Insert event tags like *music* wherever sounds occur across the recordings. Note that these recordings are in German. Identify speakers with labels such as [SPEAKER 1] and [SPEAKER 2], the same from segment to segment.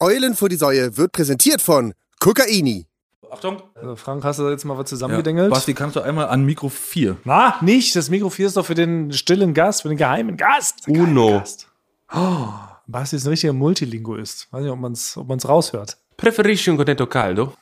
[SPEAKER 1] Eulen vor die Säue wird präsentiert von Kokaini.
[SPEAKER 2] Achtung.
[SPEAKER 3] Also Frank, hast du da jetzt mal was
[SPEAKER 2] Ja.
[SPEAKER 3] zusammengedengelt?
[SPEAKER 2] Basti, kannst du einmal an Mikro 4?
[SPEAKER 3] Na, nicht. Das Mikro 4 ist doch für den stillen Gast, für den geheimen Gast. Der geheime
[SPEAKER 4] Uno.
[SPEAKER 3] Gast. Oh, Basti ist ein richtiger Multilinguist. Weiß nicht, ob man es ob man's raushört.
[SPEAKER 4] Preferisci un contento caldo.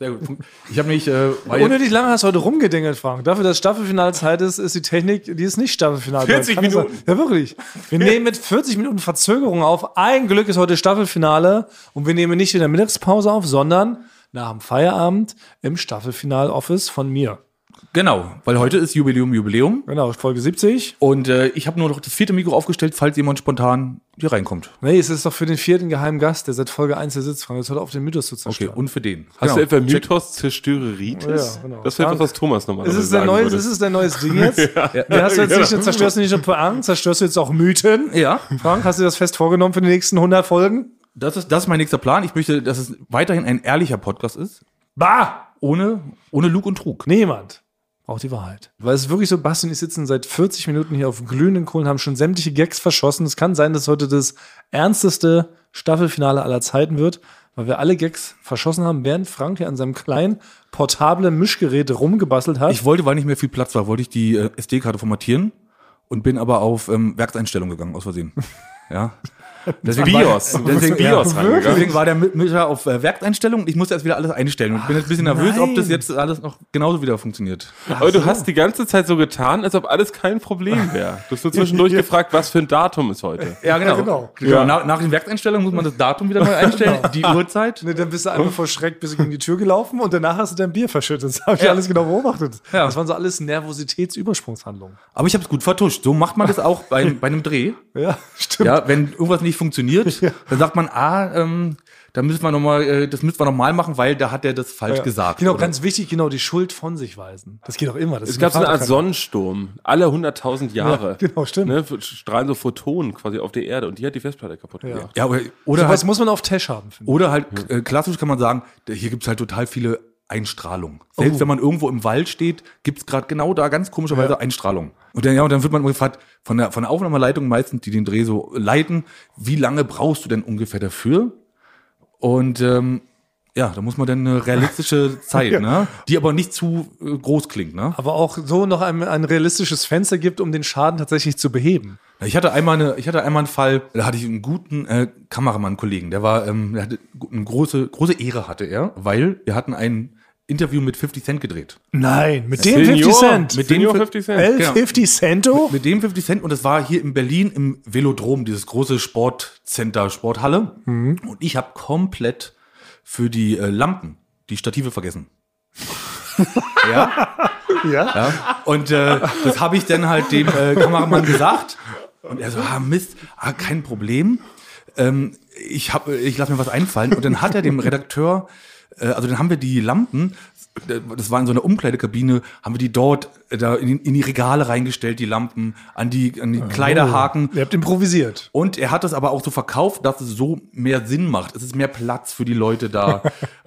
[SPEAKER 2] Sehr gut. Ich habe mich, äh, weil
[SPEAKER 3] Ohne dich lange hast du heute rumgedengelt, Frank. Dafür, dass Staffelfinale Zeit ist, ist die Technik, die ist nicht Staffelfinale.
[SPEAKER 2] 40
[SPEAKER 3] Kann das sein?
[SPEAKER 2] Minuten.
[SPEAKER 3] Ja, wirklich. Wir nehmen mit 40 Minuten Verzögerung auf. Ein Glück ist heute Staffelfinale und wir nehmen nicht in der Mittagspause auf, sondern nach dem Feierabend im Staffelfinal-Office von mir.
[SPEAKER 2] genau, weil heute ist Jubiläum, Jubiläum.
[SPEAKER 3] Genau, Folge 70.
[SPEAKER 2] Und äh, ich habe nur noch das vierte Mikro aufgestellt, falls jemand spontan hier reinkommt.
[SPEAKER 3] Nee, es ist doch für den vierten geheimen Gast, der seit Folge 1 hier sitzt, Frank. Jetzt hört auf, den Mythos zu
[SPEAKER 2] Okay,
[SPEAKER 3] zerstören.
[SPEAKER 2] und für den.
[SPEAKER 4] Hast
[SPEAKER 2] Genau.
[SPEAKER 4] du etwa Mythos Zerstöreritis?
[SPEAKER 3] Ja, genau.
[SPEAKER 4] Das wäre etwas, was Thomas
[SPEAKER 3] Ist
[SPEAKER 4] normalerweise
[SPEAKER 2] Also
[SPEAKER 3] es, dein
[SPEAKER 4] sagen
[SPEAKER 3] neues,
[SPEAKER 4] würde.
[SPEAKER 3] ist es dein neues
[SPEAKER 2] *laughs*
[SPEAKER 3] Ding jetzt? ja. Hast du jetzt nicht, zerstörst du nicht nur Pointen, zerstörst du jetzt auch Mythen?
[SPEAKER 2] Genau. Ja,
[SPEAKER 3] Frank, hast du das fest vorgenommen für die nächsten 100 Folgen?
[SPEAKER 2] das ist, das ist mein nächster Plan. Ich möchte, dass es weiterhin ein ehrlicher Podcast ist.
[SPEAKER 3] Bah!
[SPEAKER 2] Ohne, ohne Lug und Trug.
[SPEAKER 3] Niemand braucht die Wahrheit. Weil es ist wirklich so, Basti und ich sitzen seit 40 Minuten hier auf glühenden Kohlen, haben schon sämtliche Gags verschossen. Es kann sein, dass heute das ernsteste Staffelfinale aller Zeiten wird, weil wir alle Gags verschossen haben, während Frank hier an seinem kleinen, portablen Mischgerät rumgebastelt hat.
[SPEAKER 2] Ich wollte, weil nicht mehr viel Platz war, wollte ich die äh, SD-Karte formatieren und bin aber auf ähm, Werkseinstellung gegangen, aus Versehen.
[SPEAKER 3] *laughs*
[SPEAKER 2] Ja. Deswegen
[SPEAKER 4] BIOS.
[SPEAKER 2] War,
[SPEAKER 4] Du bist
[SPEAKER 2] deswegen,
[SPEAKER 4] in BIOS
[SPEAKER 2] ja,
[SPEAKER 4] rangegangen.
[SPEAKER 2] deswegen war der Mi- Mischer auf äh, Werkseinstellung. Ich musste erst wieder alles einstellen und bin jetzt ein bisschen nervös, ob das
[SPEAKER 3] nein.
[SPEAKER 2] jetzt alles noch genauso wieder funktioniert.
[SPEAKER 4] Aber du hast die ganze Zeit so getan, als ob alles
[SPEAKER 3] *laughs*
[SPEAKER 4] kein Problem wäre. Du hast nur zwischendurch gefragt, was für ein Datum ist heute.
[SPEAKER 2] Ja, genau.
[SPEAKER 3] genau.
[SPEAKER 2] Nach, nach den Werkseinstellungen muss man das Datum wieder
[SPEAKER 3] *laughs*
[SPEAKER 2] neu einstellen, die Uhrzeit.
[SPEAKER 3] Ne, dann bist du einmal vor Schreck bis gegen die Tür gelaufen und danach hast du dein Bier verschüttet. Das habe ich
[SPEAKER 2] Ja.
[SPEAKER 3] alles genau beobachtet.
[SPEAKER 2] Ja.
[SPEAKER 3] Das waren so alles Nervositätsübersprungshandlungen.
[SPEAKER 2] Aber ich habe es gut vertuscht. So macht man das auch
[SPEAKER 3] *laughs*
[SPEAKER 2] bei, bei einem Dreh.
[SPEAKER 3] Ja, stimmt.
[SPEAKER 2] Ja, wenn irgendwas nicht funktioniert, dann sagt man, ah, ähm, da müssen wir noch mal, äh, das müssen wir nochmal machen, weil da hat der das falsch
[SPEAKER 3] Ja.
[SPEAKER 2] gesagt.
[SPEAKER 3] Genau,
[SPEAKER 2] Oder-
[SPEAKER 3] ganz wichtig, genau, die Schuld von sich weisen. Das geht auch immer. Das
[SPEAKER 4] Es gab so eine Art Sonnensturm, alle 100.000 Jahre.
[SPEAKER 3] Ja, *laughs* genau, stimmt.
[SPEAKER 4] Ne, strahlen so Photonen quasi auf die Erde und die hat die Festplatte kaputt gemacht.
[SPEAKER 2] ja, oder, oder,
[SPEAKER 3] Oder
[SPEAKER 2] halt,
[SPEAKER 3] was muss man auf Tesch haben, finde
[SPEAKER 2] oder halt äh, klassisch kann man sagen, da- hier gibt's halt total viele Einstrahlungen. Selbst wenn man irgendwo im Wald steht, gibt's grad gerade genau da ganz komischerweise Einstrahlung. Und dann, ja, und dann wird man immer gefragt, von der, von der Aufnahmeleitung meistens, die den Dreh so leiten, wie lange brauchst du denn ungefähr dafür? Und ähm, ja, da muss man dann eine realistische Zeit, ne? Die aber nicht zu äh, groß klingt, ne?
[SPEAKER 3] Aber auch so noch ein, ein realistisches Fenster gibt, um den Schaden tatsächlich zu beheben.
[SPEAKER 2] Ich hatte einmal eine, ich hatte einmal einen Fall, da hatte ich einen guten äh, Kameramann-Kollegen, der war, ähm, der hatte eine große, große Ehre hatte er, weil wir hatten ein Interview mit 50 Cent gedreht.
[SPEAKER 3] Nein, mit dem
[SPEAKER 4] Senior,
[SPEAKER 3] 50 Cent.
[SPEAKER 4] Mit Äh, Senior
[SPEAKER 2] dem-
[SPEAKER 4] 50 Cent.
[SPEAKER 3] El 50 Cento?
[SPEAKER 2] Mit dem 50 Cent und das war hier in Berlin im Velodrom, dieses große Sportcenter, Sporthalle. Und ich habe komplett für die äh, Lampen die Stative vergessen. ja,
[SPEAKER 3] Ja.
[SPEAKER 2] ja. Und äh, das habe ich dann halt dem äh, Kameramann gesagt. Und er so, ah, Mist, ah, kein Problem. Ähm, ich hab, ich lasse mir was einfallen. Und dann hat er dem Redakteur, äh, also dann haben wir die Lampen, äh, das war in so einer Umkleidekabine, haben wir die dort äh, da in, in die Regale reingestellt, die Lampen, an die, an die Kleiderhaken.
[SPEAKER 3] Ihr habt improvisiert.
[SPEAKER 2] Und er hat es aber auch so verkauft, dass es so mehr Sinn macht. Es ist mehr Platz für die Leute da.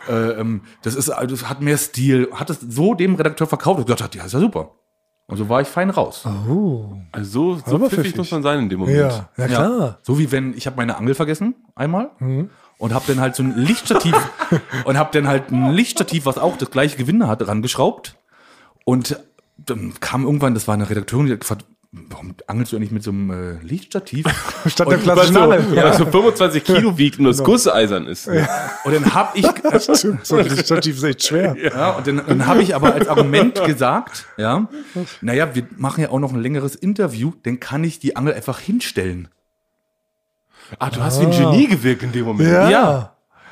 [SPEAKER 2] äh, ähm, das ist, also es hat mehr Stil. Hat es so dem Redakteur verkauft und gesagt, ja, ist ja super. Und so war ich fein raus.
[SPEAKER 4] Also so, so
[SPEAKER 3] Aber
[SPEAKER 4] pfiffig
[SPEAKER 3] pfiffig.
[SPEAKER 4] muss man sein in dem Moment.
[SPEAKER 3] Ja,
[SPEAKER 2] *laughs*
[SPEAKER 3] ja klar. Mhm.
[SPEAKER 2] So wie wenn ich habe meine Angel vergessen einmal und habe dann halt so ein
[SPEAKER 3] *laughs*
[SPEAKER 2] Lichtstativ und habe dann halt ein Lichtstativ, was auch das gleiche Gewinde hatte, rangeschraubt und dann kam irgendwann, das war eine Redakteurin, die hat gefragt, warum angelst du eigentlich mit so einem äh, Lichtstativ?
[SPEAKER 3] *laughs* Statt der
[SPEAKER 2] Und-
[SPEAKER 4] Weil
[SPEAKER 3] klassischen
[SPEAKER 4] so,
[SPEAKER 3] Angel.
[SPEAKER 4] weil
[SPEAKER 3] *laughs*
[SPEAKER 4] so 25 Kilo wiegt und das
[SPEAKER 3] Genau.
[SPEAKER 4] Gusseisern ist.
[SPEAKER 2] Und dann habe ich
[SPEAKER 3] Stimmt, so ein Stativ ist echt schwer.
[SPEAKER 2] Ja, und dann, dann habe ich aber als Argument gesagt, ja, naja, wir machen ja auch noch ein längeres Interview, dann kann ich die Angel einfach hinstellen.
[SPEAKER 4] Ah, du hast wie ein Genie gewirkt in dem Moment.
[SPEAKER 3] Ja.
[SPEAKER 2] Ja.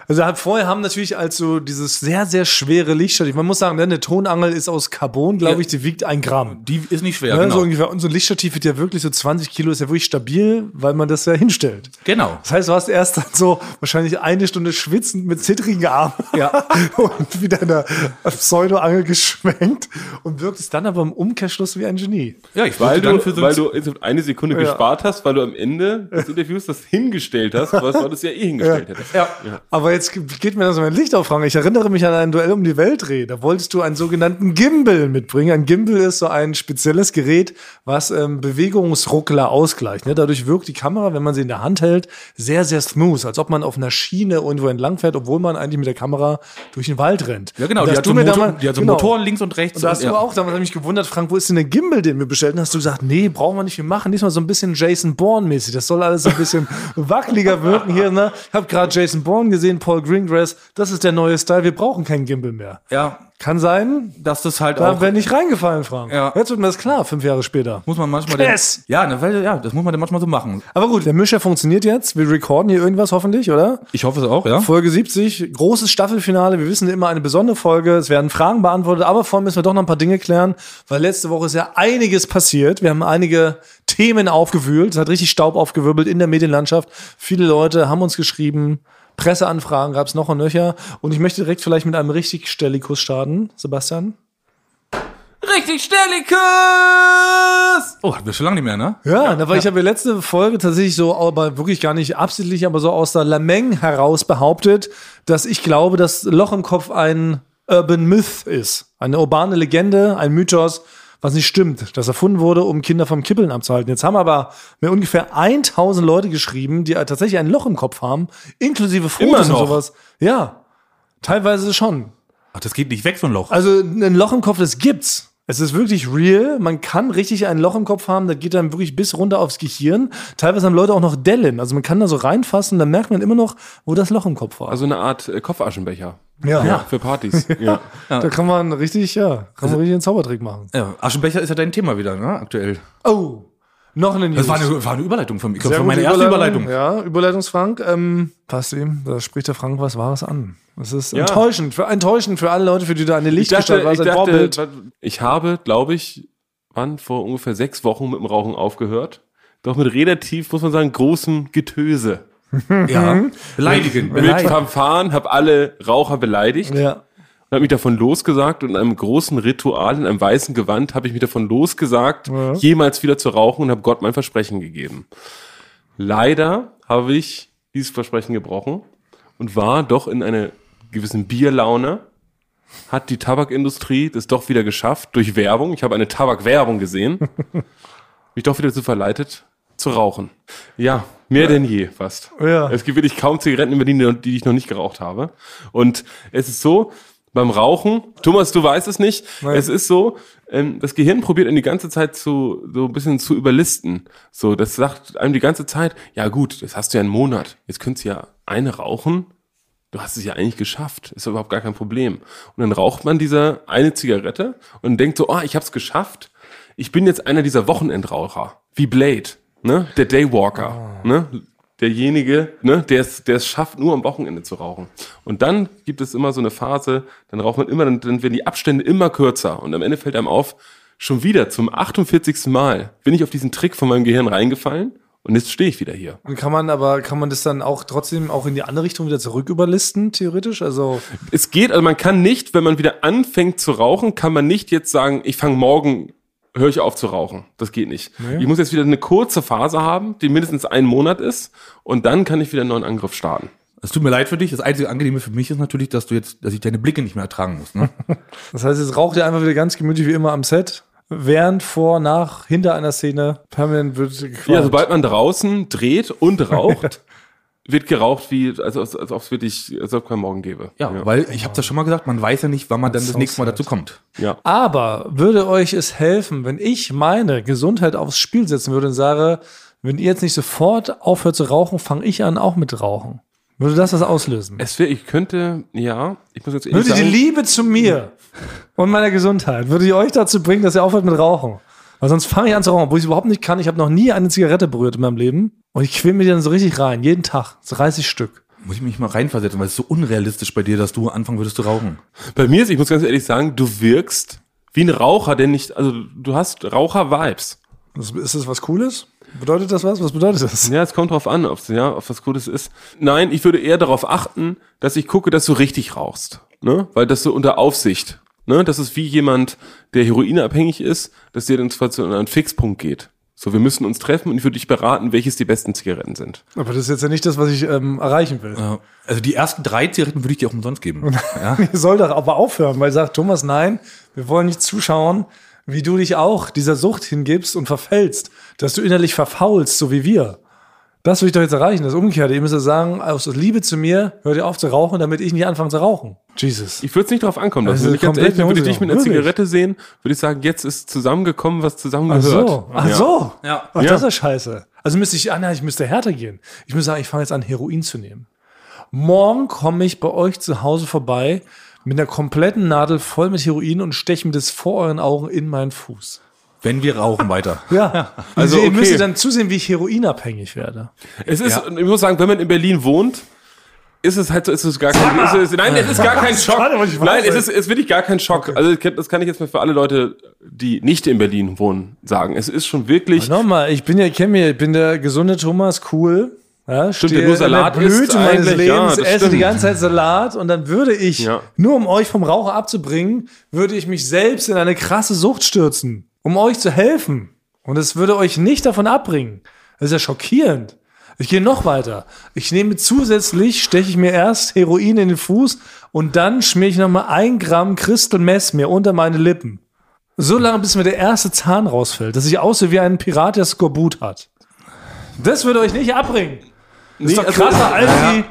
[SPEAKER 3] Also hab- vorher haben natürlich als so dieses sehr, sehr schwere Lichtstativ. Man muss sagen, ne, eine Tonangel ist aus Carbon, glaube
[SPEAKER 2] Ja.
[SPEAKER 3] ich, die wiegt ein Gramm.
[SPEAKER 2] Die ist nicht schwer,
[SPEAKER 3] Ne,
[SPEAKER 2] genau.
[SPEAKER 3] So ungefähr. Und so ein Lichtstativ wird ja wirklich so 20 Kilo, ist ja wirklich stabil, weil man das ja hinstellt.
[SPEAKER 2] genau.
[SPEAKER 3] Das heißt, du hast erst dann so wahrscheinlich eine Stunde schwitzend mit zittrigen Armen
[SPEAKER 2] Ja.
[SPEAKER 3] *laughs* und wieder in der Pseudo-Angel geschwenkt und wirktest dann aber im Umkehrschluss wie ein Genie.
[SPEAKER 2] Ja, ich
[SPEAKER 4] Weil
[SPEAKER 2] wollte
[SPEAKER 4] du,
[SPEAKER 2] dann für so
[SPEAKER 4] weil du insgesamt eine Sekunde
[SPEAKER 3] Ja.
[SPEAKER 4] gespart hast, weil du am Ende des Interviews das hingestellt hast, was man das ja eh hingestellt hätte.
[SPEAKER 2] ja.
[SPEAKER 3] Aber jetzt jetzt geht mir das mein Licht auf, Frank. Ich erinnere mich an ein Duell um die Weltdreh. Da wolltest du einen sogenannten Gimbal mitbringen. Ein Gimbal ist so ein spezielles Gerät, was ähm, Bewegungsruckler ausgleicht. Ne? Dadurch wirkt die Kamera, wenn man sie in der Hand hält, sehr, sehr smooth. Als ob man auf einer Schiene irgendwo entlang fährt, obwohl man eigentlich mit der Kamera durch den Wald rennt.
[SPEAKER 2] Ja, genau.
[SPEAKER 3] Und
[SPEAKER 2] Die
[SPEAKER 3] da hast
[SPEAKER 2] hat,
[SPEAKER 3] du
[SPEAKER 2] so
[SPEAKER 3] mir
[SPEAKER 2] Motor,
[SPEAKER 3] damals-
[SPEAKER 2] die hat so
[SPEAKER 3] genau.
[SPEAKER 2] Motoren links und rechts.
[SPEAKER 3] Und da hast
[SPEAKER 2] ja.
[SPEAKER 3] du auch, damals habe ich mich gewundert, Frank, wo ist denn der Gimbal, den wir bestellt haben? Hast du gesagt, nee, brauchen wir nicht, wir machen diesmal so ein bisschen Jason Bourne-mäßig. Das soll alles so ein
[SPEAKER 2] *laughs*
[SPEAKER 3] bisschen wackeliger wirken hier, ne? Ich habe gerade Jason Bourne gesehen, Paul Greengrass, das ist der neue Style, wir brauchen keinen Gimbal mehr.
[SPEAKER 2] Ja,
[SPEAKER 3] Kann sein,
[SPEAKER 2] dass das halt
[SPEAKER 3] da
[SPEAKER 2] auch.
[SPEAKER 3] wäre nicht reingefallen, Frank.
[SPEAKER 2] Ja.
[SPEAKER 3] Jetzt wird mir das klar, fünf Jahre später.
[SPEAKER 2] Muss man manchmal. dann-
[SPEAKER 3] Yes!
[SPEAKER 2] Ja, ne, weil, ja, das muss man dann manchmal so machen.
[SPEAKER 3] Aber gut, der Mischer funktioniert jetzt. Wir recorden hier irgendwas hoffentlich, oder?
[SPEAKER 2] Ich hoffe es auch, ja.
[SPEAKER 3] Folge 70, großes Staffelfinale. Wir wissen immer eine besondere Folge. Es werden Fragen beantwortet, aber vorher müssen wir doch noch ein paar Dinge klären, weil letzte Woche ist ja einiges passiert. Wir haben einige Themen aufgewühlt. Es hat richtig Staub aufgewirbelt in der Medienlandschaft. Viele Leute haben uns geschrieben. Presseanfragen gab es noch und nöcher. Und ich möchte direkt vielleicht mit einem richtig Stellikus starten, Sebastian.
[SPEAKER 4] Richtig Stellikus!
[SPEAKER 2] Oh, hatten wir schon lange nicht mehr, ne?
[SPEAKER 3] Ja, da war ich habe letzte Folge tatsächlich so, aber wirklich gar nicht absichtlich, aber so aus der Lameng heraus behauptet, dass ich glaube, dass Loch im Kopf ein Urban Myth ist. Eine urbane Legende, ein Mythos, was nicht stimmt, das erfunden wurde, um Kinder vom Kippeln abzuhalten. Jetzt haben aber mir ungefähr 1000 Leute geschrieben, die tatsächlich ein Loch im Kopf haben, inklusive Fotos und
[SPEAKER 4] noch?
[SPEAKER 3] sowas. Ja, teilweise schon.
[SPEAKER 2] Ach, das geht nicht weg, so ein Loch.
[SPEAKER 3] Also ein Loch im Kopf, das gibt's. Es ist wirklich real. Man kann richtig ein Loch im Kopf haben, das geht dann wirklich bis runter aufs Gehirn. Teilweise haben Leute auch noch Dellen. Also man kann da so reinfassen, dann merkt man immer noch, wo das Loch im Kopf war.
[SPEAKER 4] Also eine Art äh, Kopfaschenbecher.
[SPEAKER 3] ja,
[SPEAKER 4] Für Partys. ja.
[SPEAKER 3] da kann man richtig, ja, kann
[SPEAKER 2] Also
[SPEAKER 3] man richtig einen Zaubertrick machen.
[SPEAKER 2] Ja, Aschenbecher ist ja dein Thema wieder, ne? Aktuell.
[SPEAKER 3] Oh, noch eine News.
[SPEAKER 2] Das war eine, war eine Überleitung von mir. Ich glaube,
[SPEAKER 3] Sehr
[SPEAKER 2] das war
[SPEAKER 3] gute
[SPEAKER 2] meine erste Überleitung.
[SPEAKER 3] Ja, Überleitungsfrank. Ähm, passt ihm. Da spricht der Frank was Wahres an. Das ist enttäuschend. Für, enttäuschend für alle Leute, für die da eine
[SPEAKER 4] Ich dachte,
[SPEAKER 3] Lichtgestalt war,
[SPEAKER 4] ich,
[SPEAKER 3] sein Vorbild.
[SPEAKER 4] dachte, ich habe, glaube ich, wann vor ungefähr sechs Wochen mit dem Rauchen aufgehört. Doch mit relativ, muss man sagen, großem Getöse.
[SPEAKER 2] Ja.
[SPEAKER 3] Mhm.
[SPEAKER 2] Beleidigen.
[SPEAKER 4] Mit Verfahren, habe alle Raucher beleidigt.
[SPEAKER 3] Ja.
[SPEAKER 4] und habe mich davon losgesagt und in einem großen Ritual, in einem weißen Gewand, habe ich mich davon losgesagt, jemals wieder zu rauchen und habe Gott mein Versprechen gegeben. Leider habe ich dieses Versprechen gebrochen und war doch in einer gewissen Bierlaune. Hat die Tabakindustrie das doch wieder geschafft durch Werbung. Ich habe eine Tabakwerbung gesehen. mich doch wieder dazu verleitet, zu rauchen. Ja, mehr denn je fast. Äh,
[SPEAKER 3] Ja.
[SPEAKER 4] Es gibt wirklich kaum Zigaretten in Berlin, die ich noch nicht geraucht habe. Und es ist so, beim Rauchen, Thomas, du weißt es nicht, es ist so, ähm, das Gehirn probiert ihn die ganze Zeit zu, so ein bisschen zu überlisten. So, das sagt einem die ganze Zeit, ja gut, das hast du ja einen Monat, jetzt könntest du ja eine rauchen, du hast es ja eigentlich geschafft, ist doch überhaupt gar kein Problem. Und dann raucht man diese eine Zigarette und denkt so, ah, ich hab's geschafft. Ich bin jetzt einer dieser Wochenendraucher, wie Blade, ne? Der Daywalker, ne? Derjenige, ne, der es, der es schafft, nur am Wochenende zu rauchen. Und dann gibt es immer so eine Phase, dann raucht man immer, dann, dann werden die Abstände immer kürzer. Und am Ende fällt einem auf, schon wieder zum 48. Mal bin ich auf diesen Trick von meinem Gehirn reingefallen und jetzt stehe ich wieder hier.
[SPEAKER 3] Und kann man aber, kann man das dann auch trotzdem auch in die andere Richtung wieder zurück überlisten, theoretisch? Also,
[SPEAKER 4] es geht, also man kann nicht, wenn man wieder anfängt zu rauchen, kann man nicht jetzt sagen, ich fange morgen, höre ich auf zu rauchen. Das geht nicht. Ich muss jetzt wieder eine kurze Phase haben, die mindestens einen Monat ist, und dann kann ich wieder einen neuen Angriff starten.
[SPEAKER 2] Es tut mir leid für dich. Das einzige Angenehme für mich ist natürlich, dass du jetzt, dass ich deine Blicke nicht mehr ertragen muss.
[SPEAKER 3] *laughs*
[SPEAKER 2] Ne?
[SPEAKER 3] das heißt, jetzt raucht ihr einfach wieder ganz gemütlich wie immer am Set. Während, vor, nach, hinter einer Szene, permanent wird gequatscht.
[SPEAKER 4] Ja, Also sobald man draußen dreht und
[SPEAKER 3] *laughs*
[SPEAKER 4] raucht, wird geraucht, wie, also, als, als ob es wirklich, als ob kein Morgen gäbe.
[SPEAKER 2] Ja, weil ich habe das schon mal gesagt, man weiß ja nicht, wann man dann das, nächste Mal dazu kommt.
[SPEAKER 4] ja.
[SPEAKER 3] Aber würde euch es helfen, wenn ich meine Gesundheit aufs Spiel setzen würde und sage, wenn ihr jetzt nicht sofort aufhört zu rauchen, fange ich an auch mit Rauchen? Würde das was auslösen?
[SPEAKER 4] Es wäre, ich könnte, ja, ich muss jetzt ehrlich
[SPEAKER 3] würde die
[SPEAKER 4] sagen,
[SPEAKER 3] Liebe zu mir und meiner Gesundheit, würde die euch dazu bringen, dass ihr aufhört mit Rauchen? Weil sonst fange ich an zu rauchen, obwohl ich es überhaupt nicht kann. Ich habe noch nie eine Zigarette berührt in meinem Leben. Und ich quäl mir die dann so richtig rein, jeden Tag, so 30 Stück.
[SPEAKER 2] Muss ich mich mal reinversetzen, weil es ist so unrealistisch bei dir, dass du anfangen würdest zu rauchen.
[SPEAKER 4] bei mir ist, ich muss ganz ehrlich sagen, du wirkst wie ein Raucher, denn nicht, also du hast Raucher-Vibes.
[SPEAKER 3] Das- Ist das was Cooles? Bedeutet das was? Was bedeutet das?
[SPEAKER 4] Ja, es kommt drauf an, ob's, ja, ob was Gutes ist. Nein, ich würde eher darauf achten, dass ich gucke, dass du richtig rauchst. Ne? Weil das so unter Aufsicht. Ne? Das ist wie jemand, der heroinabhängig ist, dass der dann zwar zu einem Fixpunkt geht. So, wir müssen uns treffen und ich würde dich beraten, welches die besten Zigaretten sind.
[SPEAKER 3] Aber das ist jetzt ja nicht das, was ich ähm, erreichen will.
[SPEAKER 2] Ja. Also die ersten drei Zigaretten würde ich dir auch umsonst
[SPEAKER 3] *laughs*
[SPEAKER 2] geben. Ja.
[SPEAKER 3] Ihr soll doch aber aufhören, weil sagt Thomas, nein, wir wollen nicht zuschauen, wie du dich auch dieser Sucht hingibst und verfällst, dass du innerlich verfaulst, so wie wir. Das will ich doch jetzt erreichen, das Umgekehrte. Ihr müsst ja sagen, aus Liebe zu mir, hört ihr auf zu rauchen, damit ich nicht anfange zu rauchen. Jesus.
[SPEAKER 4] Ich würde es nicht drauf ankommen
[SPEAKER 3] Also
[SPEAKER 4] lassen. Also, ich ganz
[SPEAKER 3] komplett
[SPEAKER 4] ehrlich, würde ich dich
[SPEAKER 3] Hose
[SPEAKER 4] mit einer
[SPEAKER 3] drauf. Wirklich?
[SPEAKER 4] Zigarette sehen, würde ich sagen, jetzt ist zusammengekommen, was
[SPEAKER 3] Ach
[SPEAKER 4] zusammengehört.
[SPEAKER 3] so, ach
[SPEAKER 4] Ja.
[SPEAKER 3] so.
[SPEAKER 2] Ja.
[SPEAKER 3] Ach,
[SPEAKER 4] Ja.
[SPEAKER 3] das ist scheiße. Also müsste ich, ah, nein, ich müsste härter gehen. Ich müsste sagen, ich fange jetzt an, Heroin zu nehmen. Morgen komme ich bei euch zu Hause vorbei mit einer kompletten Nadel voll mit Heroin und steche mir das vor euren Augen in meinen Fuß.
[SPEAKER 2] Wenn wir rauchen weiter.
[SPEAKER 4] *laughs*
[SPEAKER 3] Ja, also
[SPEAKER 4] Also,
[SPEAKER 3] ihr
[SPEAKER 4] okay.
[SPEAKER 3] müsst ihr dann zusehen, wie ich heroinabhängig werde.
[SPEAKER 4] Es ist, ich muss sagen, wenn man in Berlin wohnt, ist es halt so, ist es gar kein, ist es, nein, es ist gar kein Schock.
[SPEAKER 3] Schade, was ich weiß,
[SPEAKER 4] nein, es
[SPEAKER 3] ey.
[SPEAKER 4] ist, es ist wirklich gar kein Schock. Also, ich kenn- das kann ich jetzt mal für alle Leute, die nicht in Berlin wohnen, sagen. Es ist schon wirklich,
[SPEAKER 3] Nochmal, ich bin ja, ich kenn mich, ich bin der gesunde Thomas, cool. Ja,
[SPEAKER 4] Stimmt,
[SPEAKER 3] stehe
[SPEAKER 4] der nur Salat
[SPEAKER 3] in der Blüte
[SPEAKER 4] isst
[SPEAKER 3] meines
[SPEAKER 4] eigentlich, ja,
[SPEAKER 3] Lebens,
[SPEAKER 4] das
[SPEAKER 3] esse die
[SPEAKER 4] stimmt.
[SPEAKER 3] ganze Zeit Salat und dann würde ich,
[SPEAKER 4] Ja.
[SPEAKER 3] nur um euch vom Rauch abzubringen, würde ich mich selbst in eine krasse Sucht stürzen, um euch zu helfen. Und es würde euch nicht davon abbringen. Das ist ja schockierend. Ich gehe noch weiter. Ich nehme zusätzlich, steche ich mir erst Heroin in den Fuß und dann schmier ich nochmal ein Gramm Crystal Mess mir unter meine Lippen. So lange, bis mir der erste Zahn rausfällt, dass ich aussehe wie ein Pirat, der Skorbut hat. Das würde euch nicht abbringen.
[SPEAKER 4] nee, also
[SPEAKER 3] ist doch krasser als die-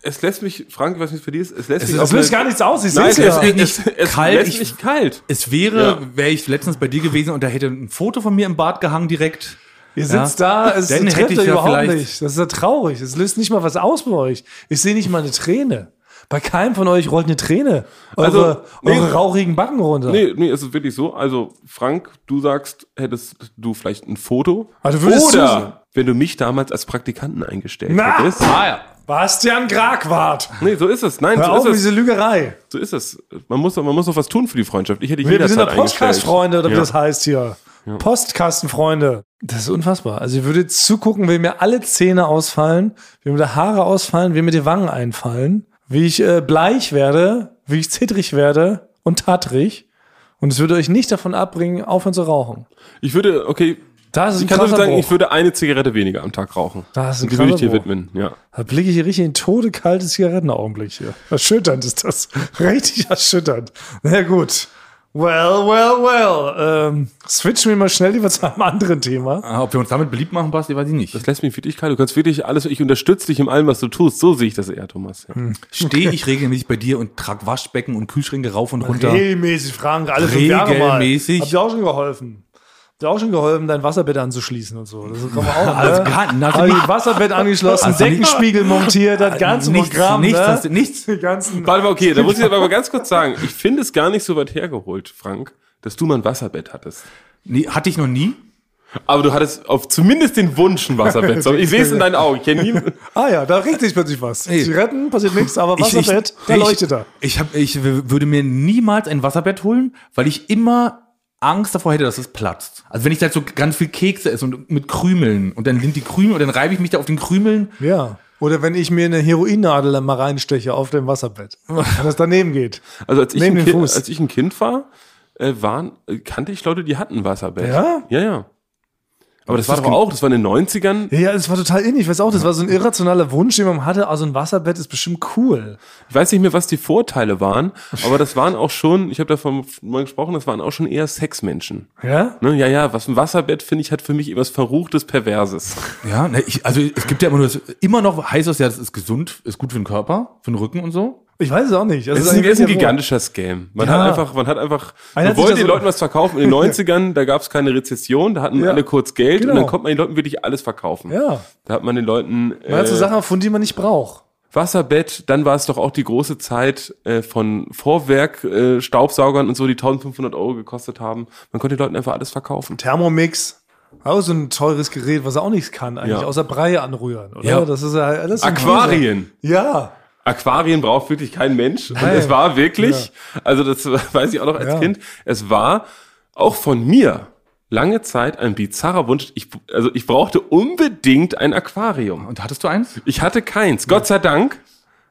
[SPEAKER 4] Es lässt mich, Frank, ich weiß nicht, was für die ist, es lässt mich
[SPEAKER 3] Das
[SPEAKER 4] auf
[SPEAKER 3] löst
[SPEAKER 4] eine-
[SPEAKER 3] gar nichts aus, ich
[SPEAKER 4] Nein,
[SPEAKER 3] sehe
[SPEAKER 4] es,
[SPEAKER 3] ja.
[SPEAKER 4] es, es,
[SPEAKER 2] Nicht
[SPEAKER 4] es
[SPEAKER 2] kalt,
[SPEAKER 4] lässt
[SPEAKER 2] ich-
[SPEAKER 4] mich kalt.
[SPEAKER 2] Es wäre, wäre ich letztens bei dir gewesen und da hätte ein Foto von mir im Bad gehangen direkt.
[SPEAKER 3] Ihr sitzt da, es
[SPEAKER 2] Dann
[SPEAKER 3] trifft
[SPEAKER 2] hätte ich
[SPEAKER 3] euch
[SPEAKER 2] ja
[SPEAKER 3] überhaupt
[SPEAKER 2] vielleicht-
[SPEAKER 3] nicht. Das ist ja traurig. Es löst nicht mal was aus bei euch. Ich sehe nicht mal eine Träne. Bei keinem von euch rollt eine Träne. Eure,
[SPEAKER 4] Also, nee.
[SPEAKER 3] eure rauchigen Backen runter.
[SPEAKER 4] Nee, nee, es ist wirklich so. Also, Frank, du sagst, hättest du vielleicht ein Foto.
[SPEAKER 3] Aber du Also würdest zusehen.
[SPEAKER 4] Oder wenn du mich damals als Praktikanten eingestellt
[SPEAKER 3] Na!
[SPEAKER 4] hättest.
[SPEAKER 2] Ah ja.
[SPEAKER 3] Bastian Kragwart.
[SPEAKER 4] Nee, so ist es. Nein,
[SPEAKER 3] Hör auf
[SPEAKER 4] so
[SPEAKER 3] mit
[SPEAKER 4] ist es.
[SPEAKER 3] dieser Lügerei.
[SPEAKER 4] So ist es. Man muss, man muss doch was tun für die Freundschaft. Ich hätte
[SPEAKER 3] Wir, wir
[SPEAKER 4] jederzeit
[SPEAKER 3] sind doch
[SPEAKER 4] eingestellt.
[SPEAKER 3] Podcast-Freunde, oder wie
[SPEAKER 4] ja.
[SPEAKER 3] das heißt hier. Postkastenfreunde. Das ist unfassbar. Also ihr würdet zugucken, wie mir alle Zähne ausfallen, wie mir die Haare ausfallen, wie mir die Wangen einfallen, wie ich äh, bleich werde, wie ich zittrig werde und tatrig. Und es würde euch nicht davon abbringen, aufhören zu rauchen.
[SPEAKER 4] Ich würde, okay,
[SPEAKER 3] Das ist ein
[SPEAKER 4] ich kann nur
[SPEAKER 3] krasser
[SPEAKER 4] sagen,
[SPEAKER 3] Bruch.
[SPEAKER 4] ich würde eine Zigarette weniger am Tag rauchen.
[SPEAKER 3] Das ist ein
[SPEAKER 4] Die würde ich
[SPEAKER 3] krasser
[SPEAKER 4] dir
[SPEAKER 3] Bruch.
[SPEAKER 4] widmen, ja.
[SPEAKER 3] Da blicke ich hier richtig in tote kalte Zigarettenaugenblick hier. Erschütternd ist das. *laughs* Richtig erschütternd. Na gut. Well, well, well. Ähm, switchen wir mal schnell lieber zu einem anderen Thema.
[SPEAKER 2] Ah, Ob wir uns damit beliebt machen, Basti, weiß ich nicht.
[SPEAKER 4] Das lässt mich wirklich kalt. Du kannst wirklich alles, ich unterstütze dich in allem, was du tust. So sehe ich das eher, Thomas. Ja.
[SPEAKER 3] Hm.
[SPEAKER 2] Stehe ich regelmäßig bei dir und trag Waschbecken und Kühlschränke rauf und runter.
[SPEAKER 3] Regelmäßig, Frank, alle fünf Jahre mal.
[SPEAKER 2] Regelmäßig.
[SPEAKER 3] Hab dir auch schon geholfen. Hab dir auch schon geholfen, dein Wasserbett anzuschließen und so. Das kommen wir
[SPEAKER 2] *laughs*
[SPEAKER 3] auch.
[SPEAKER 2] Alles
[SPEAKER 3] ne?
[SPEAKER 2] kann.
[SPEAKER 3] Hab ich Wasserbett angeschlossen,
[SPEAKER 2] Also nicht- Ah,
[SPEAKER 3] Deckenspiegel montiert, das ganze
[SPEAKER 2] nichts,
[SPEAKER 3] Programm.
[SPEAKER 2] nichts,
[SPEAKER 3] ne?
[SPEAKER 2] hast du- nichts.
[SPEAKER 3] Die ganzen
[SPEAKER 4] Warte mal, okay, da muss ich aber mal ganz kurz sagen, ich finde es gar nicht so weit hergeholt, Frank, dass du mal ein Wasserbett hattest.
[SPEAKER 2] Nee, hatte ich noch nie.
[SPEAKER 4] Aber du hattest auf zumindest den Wunsch ein Wasserbett. So, Ich sehe es in deinen Augen. Ich kenne nie.
[SPEAKER 3] ah ja, da regt sich plötzlich was.
[SPEAKER 2] Ey.
[SPEAKER 3] Zigaretten, passiert nichts, aber
[SPEAKER 2] Ich-
[SPEAKER 3] Wasserbett, da
[SPEAKER 2] ich,
[SPEAKER 3] leuchtet er.
[SPEAKER 2] Ich, ich, hab, ich w- würde mir niemals ein Wasserbett holen, weil ich immer Angst davor hätte, dass es platzt. Also wenn ich da jetzt so ganz viel Kekse esse und mit Krümeln und dann sind die Krümel und dann reibe ich mich da auf den Krümeln.
[SPEAKER 3] Ja. Oder wenn ich mir eine Heroinnadel dann mal reinsteche auf dem Wasserbett, das daneben geht.
[SPEAKER 4] Also als ich,
[SPEAKER 3] Neben den
[SPEAKER 4] ein kind,
[SPEAKER 3] Fuß.
[SPEAKER 4] als ich ein Kind war, äh, waren, äh, kannte ich Leute, die hatten ein Wasserbett.
[SPEAKER 3] Ja?
[SPEAKER 4] Ja, ja. Aber das,
[SPEAKER 2] Das
[SPEAKER 4] war
[SPEAKER 2] ist
[SPEAKER 4] doch
[SPEAKER 2] gen-
[SPEAKER 4] auch, das war in den 90ern.
[SPEAKER 3] Ja, ja, das war total ähnlich. Ich weiß auch, das war so ein irrationaler Wunsch, den man hatte. Also ein Wasserbett ist bestimmt cool.
[SPEAKER 4] Ich weiß nicht mehr, was die Vorteile waren, aber das waren auch schon, ich habe davon mal gesprochen, das waren auch schon eher Sexmenschen.
[SPEAKER 3] Ja?
[SPEAKER 4] Ne? Ja, ja, was ein Wasserbett, finde ich, hat für mich etwas Verruchtes, Perverses.
[SPEAKER 2] Ja, ne, ich, also es gibt ja immer nur, das, immer noch heißt es ja, das ist gesund, ist gut für den Körper, für den Rücken und so.
[SPEAKER 3] Ich weiß es auch nicht. Also
[SPEAKER 4] Es ist ein,
[SPEAKER 3] eigentlich
[SPEAKER 4] ist ein
[SPEAKER 3] ja wohl.
[SPEAKER 4] gigantischer Scam. Man
[SPEAKER 3] Ja.
[SPEAKER 4] hat einfach, man hat einfach,
[SPEAKER 3] Einer
[SPEAKER 4] man
[SPEAKER 3] hat sich
[SPEAKER 4] wollte
[SPEAKER 3] das
[SPEAKER 4] den
[SPEAKER 3] so-
[SPEAKER 4] Leuten was
[SPEAKER 3] *laughs*
[SPEAKER 4] verkaufen. In den 90ern, da gab es keine Rezession, da hatten
[SPEAKER 3] Ja.
[SPEAKER 4] alle kurz Geld
[SPEAKER 3] Genau.
[SPEAKER 4] und dann konnte man den Leuten wirklich alles verkaufen.
[SPEAKER 3] Ja.
[SPEAKER 4] Da hat man den Leuten
[SPEAKER 3] Man hat so
[SPEAKER 4] äh,
[SPEAKER 3] Sachen erfunden, die man nicht braucht.
[SPEAKER 4] Wasserbett, dann war es doch auch die große Zeit äh, von Vorwerk, äh, Staubsaugern und so, die 1500 Euro gekostet haben. Man konnte den Leuten einfach alles verkaufen.
[SPEAKER 3] Thermomix. Auch so ein teures Gerät, was er auch nichts kann, eigentlich,
[SPEAKER 4] Ja.
[SPEAKER 3] außer Brei anrühren, oder?
[SPEAKER 2] Ja.
[SPEAKER 3] Das ist ja alles. so ein
[SPEAKER 4] Aquarien.
[SPEAKER 3] Käse. Ja.
[SPEAKER 4] Aquarien braucht wirklich kein Mensch. Und es war wirklich, also das *laughs* weiß ich auch noch als
[SPEAKER 3] Ja.
[SPEAKER 4] Kind, es war auch von mir lange Zeit ein bizarrer Wunsch. Ich, also ich brauchte unbedingt ein Aquarium.
[SPEAKER 2] Und hattest du eins?
[SPEAKER 4] Ich hatte keins, Gott sei Dank.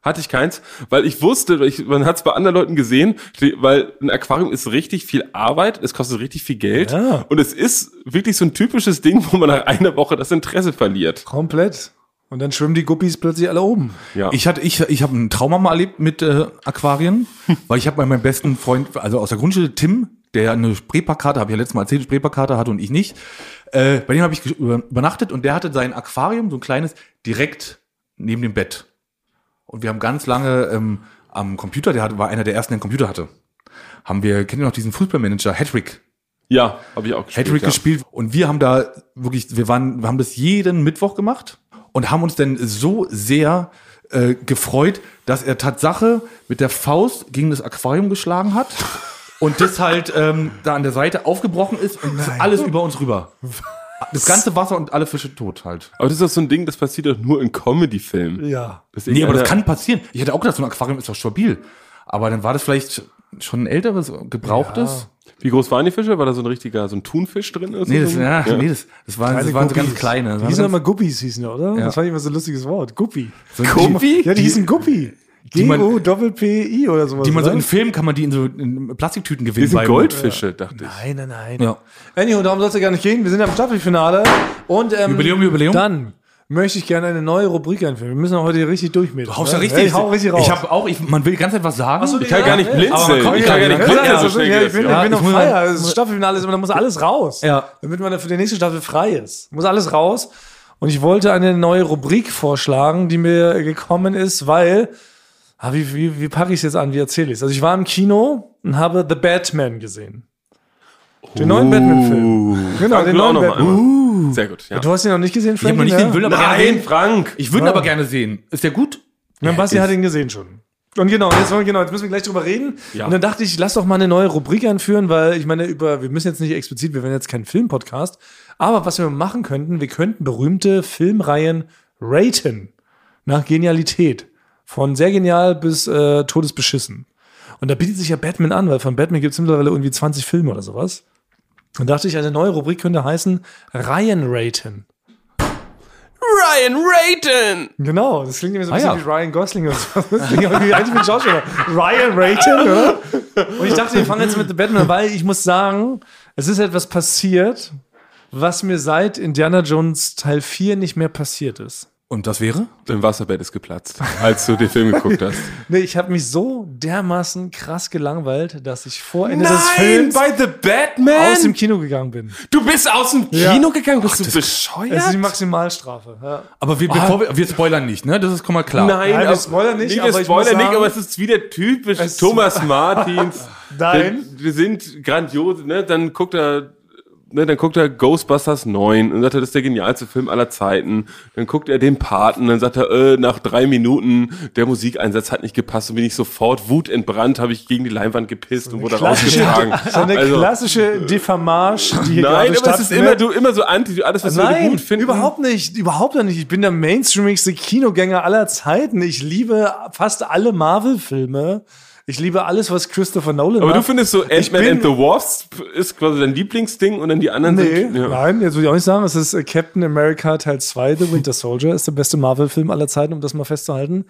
[SPEAKER 4] Hatte ich keins, weil ich wusste, ich, man hat es bei anderen Leuten gesehen, die- weil ein Aquarium ist richtig viel Arbeit, es kostet richtig viel Geld
[SPEAKER 3] Ja.
[SPEAKER 4] und es ist wirklich so ein typisches Ding, wo man nach einer Woche das Interesse verliert.
[SPEAKER 3] Komplett. Und dann schwimmen die Guppies plötzlich alle oben.
[SPEAKER 4] Ja.
[SPEAKER 2] Ich hatte, ich, ich habe ein Trauma mal erlebt mit äh, Aquarien, weil ich habe bei meinem besten Freund, also aus der Grundschule, Tim, der eine Spreeparkkarte, habe ich ja letztes Mal erzählt, Spreeparkkarte hatte und ich nicht. Äh, bei dem habe ich gesch- über- übernachtet und der hatte sein Aquarium, so ein kleines, direkt neben dem Bett. Und wir haben ganz lange ähm, am Computer, der hatte, war einer der ersten, der einen Computer hatte, haben wir, kennt ihr noch diesen Fußballmanager, Hattrick?
[SPEAKER 4] ja, habe ich auch gespielt.
[SPEAKER 2] Hattrick
[SPEAKER 4] ja.
[SPEAKER 2] gespielt und wir haben da wirklich, wir waren, wir haben das jeden Mittwoch gemacht und haben uns dann so sehr äh, gefreut, dass er Tatsache mit der Faust gegen das Aquarium geschlagen hat und das halt ähm, da an der Seite aufgebrochen ist und alles über uns rüber. Das ganze Wasser und alle Fische tot halt.
[SPEAKER 4] Aber das ist doch so ein Ding, das passiert doch nur in Comedy-Filmen.
[SPEAKER 3] Ja.
[SPEAKER 4] Dass
[SPEAKER 2] Nee, aber das
[SPEAKER 4] irgendeiner-
[SPEAKER 2] Also kann passieren. Ich hätte auch gedacht, so ein Aquarium ist doch stabil. Aber dann war das vielleicht schon ein älteres, gebrauchtes.
[SPEAKER 4] Wie groß waren die Fische? War da so ein richtiger, so ein Thunfisch drin? Oder
[SPEAKER 2] Nee, das,
[SPEAKER 4] so?
[SPEAKER 2] ja, nee, das, das waren, das Also waren so ganz kleine. Das
[SPEAKER 3] Die
[SPEAKER 2] waren
[SPEAKER 3] hießen
[SPEAKER 2] ganz-
[SPEAKER 3] immer Guppies, hießen die, oder?
[SPEAKER 2] Ja.
[SPEAKER 3] Das fand ich immer so ein lustiges Wort. Guppi.
[SPEAKER 2] so ein-
[SPEAKER 4] Guppi?
[SPEAKER 3] Ja, die, hießen Guppi.
[SPEAKER 2] man-
[SPEAKER 3] G-U-P-I oder sowas.
[SPEAKER 2] Die man so
[SPEAKER 3] oder?
[SPEAKER 2] in Filmen kann man die in so in Plastiktüten gewinnen.
[SPEAKER 4] Die sind
[SPEAKER 2] beim-
[SPEAKER 4] Goldfische, dachte ich.
[SPEAKER 3] Nein, nein, nein.
[SPEAKER 2] Ja.
[SPEAKER 3] Anywho, darum soll es ja gar nicht gehen. Wir sind am Staffelfinale. Und ähm,
[SPEAKER 2] Jubiläum, Jubiläum.
[SPEAKER 3] dann möchte ich gerne eine neue Rubrik einführen. Wir müssen auch heute hier richtig durchmähen.
[SPEAKER 2] Du haust ja richtig.
[SPEAKER 3] Ich hau richtig raus.
[SPEAKER 2] Ich hab auch, ich, man will die ganze Zeit was sagen.
[SPEAKER 3] Ach so,
[SPEAKER 4] Ich kann gar nicht blinzeln.
[SPEAKER 2] Aber man kommt
[SPEAKER 4] ich
[SPEAKER 2] gar
[SPEAKER 4] kann gar
[SPEAKER 2] nicht
[SPEAKER 4] nicht
[SPEAKER 2] ran.
[SPEAKER 4] blinzeln,
[SPEAKER 2] Ja,
[SPEAKER 4] so
[SPEAKER 2] also
[SPEAKER 4] schnell
[SPEAKER 3] ja,
[SPEAKER 4] geht
[SPEAKER 3] ich bin,
[SPEAKER 4] das.
[SPEAKER 3] ich
[SPEAKER 4] Ja.
[SPEAKER 3] bin
[SPEAKER 2] ich
[SPEAKER 3] auf
[SPEAKER 2] muss
[SPEAKER 3] Feier.
[SPEAKER 2] mal-
[SPEAKER 3] Das ist Staffelfinale ist, da muss alles raus.
[SPEAKER 2] Ja.
[SPEAKER 3] Damit man für die nächste Staffel frei ist. Muss alles raus. Und ich wollte eine neue Rubrik vorschlagen, die mir gekommen ist, weil, ah, wie, wie, wie packe ich es jetzt an, wie erzähle ich es? Also ich war im Kino und habe The Batman gesehen. Den
[SPEAKER 2] Oh.
[SPEAKER 3] neuen Batman-Film. Genau,
[SPEAKER 4] Frank
[SPEAKER 3] den
[SPEAKER 4] will auch
[SPEAKER 3] neuen
[SPEAKER 4] noch mal
[SPEAKER 3] Batman.
[SPEAKER 2] Uh.
[SPEAKER 4] einmal. Sehr gut, ja.
[SPEAKER 3] Du hast ihn noch nicht gesehen,
[SPEAKER 2] Ich hab
[SPEAKER 3] Frankie?
[SPEAKER 2] noch nicht den
[SPEAKER 3] ne?
[SPEAKER 2] Will aber gerne
[SPEAKER 4] Nein,
[SPEAKER 2] sehen.
[SPEAKER 4] Frank!
[SPEAKER 2] Ich würde ihn aber gerne sehen. Ist der gut?
[SPEAKER 3] Ja, Basti hat ihn gesehen schon. Und genau, jetzt, wollen- genau, jetzt müssen wir gleich drüber reden. Und dann dachte ich, lass doch mal eine neue Rubrik einführen, weil ich meine, über, wir müssen jetzt nicht explizit, wir werden jetzt kein Filmpodcast. Aber was wir machen könnten, wir könnten berühmte Filmreihen raten. Nach Genialität. Von sehr genial bis äh, todesbeschissen. Und da bietet sich ja Batman an, weil von Batman gibt es mittlerweile irgendwie 20 Filme oder sowas. Und dachte ich, eine neue Rubrik könnte heißen Reihen raten.
[SPEAKER 4] Ryan Rayton!
[SPEAKER 3] Genau, das klingt irgendwie so ein
[SPEAKER 2] Ah,
[SPEAKER 3] bisschen
[SPEAKER 2] ja.
[SPEAKER 3] wie Ryan Gosling oder so. Das klingt irgendwie eigentlich wie ein Schauspieler. Ryan Rayton, oder? Und ich dachte, wir fangen jetzt mit The Batman, an, weil ich muss sagen, es ist etwas passiert, was mir seit Indiana Jones Teil 4 nicht mehr passiert ist.
[SPEAKER 2] Und das wäre?
[SPEAKER 4] Dein Wasserbett ist geplatzt, als du den Film geguckt hast.
[SPEAKER 3] Nee, ich habe mich so dermaßen krass gelangweilt, dass ich vor Ende des Films
[SPEAKER 4] The
[SPEAKER 3] aus dem
[SPEAKER 4] Batman!
[SPEAKER 3] Kino gegangen bin.
[SPEAKER 4] Du bist aus dem Kino gegangen? Bist du bescheuert?
[SPEAKER 3] Es ist die Maximalstrafe. Ja.
[SPEAKER 2] Aber wir, bevor wir, wir spoilern nicht, ne? Das ist komm mal klar.
[SPEAKER 4] Nein,
[SPEAKER 3] Nein, wir
[SPEAKER 4] aber-
[SPEAKER 3] spoilern nicht,
[SPEAKER 4] nee, wir
[SPEAKER 3] aber ich
[SPEAKER 4] spoilern
[SPEAKER 3] muss
[SPEAKER 4] nicht,
[SPEAKER 3] sagen-
[SPEAKER 4] aber es ist wieder typisch
[SPEAKER 3] Es-
[SPEAKER 4] Thomas Martins.
[SPEAKER 3] *laughs* Nein.
[SPEAKER 4] Wir, wir sind grandios, ne? Dann guckt er, ne? Dann guckt er Ghostbusters 9 und sagt er, das ist der genialste Film aller Zeiten. Dann guckt er den Paten, dann sagt er, äh, nach drei Minuten, der Musikeinsatz hat nicht gepasst und bin ich sofort wutentbrannt, habe ich gegen die Leinwand gepisst und wurde
[SPEAKER 3] klassische-
[SPEAKER 4] rausgetragen.
[SPEAKER 3] So eine klassische Diffamage, die hier
[SPEAKER 4] Also-
[SPEAKER 3] gerade
[SPEAKER 4] Nein, aber es ist
[SPEAKER 3] stattfindet.
[SPEAKER 4] immer, du, immer so anti, du- alles, was wir
[SPEAKER 3] Nein,
[SPEAKER 4] gut finden.
[SPEAKER 3] überhaupt nicht, überhaupt nicht. Ich bin der mainstreamigste Kinogänger aller Zeiten. Ich liebe fast alle Marvel-Filme. Ich liebe alles, was Christopher Nolan
[SPEAKER 4] Aber du
[SPEAKER 3] macht.
[SPEAKER 4] findest so Ant-Man
[SPEAKER 3] bin-
[SPEAKER 4] and the Wasp ist quasi dein Lieblingsding und dann die anderen
[SPEAKER 3] Nee,
[SPEAKER 4] sind. ja.
[SPEAKER 3] nein, jetzt würde ich auch nicht sagen, es ist äh, Captain America Teil 2, The Winter Soldier, ist der beste Marvel-Film aller Zeiten, um das mal festzuhalten.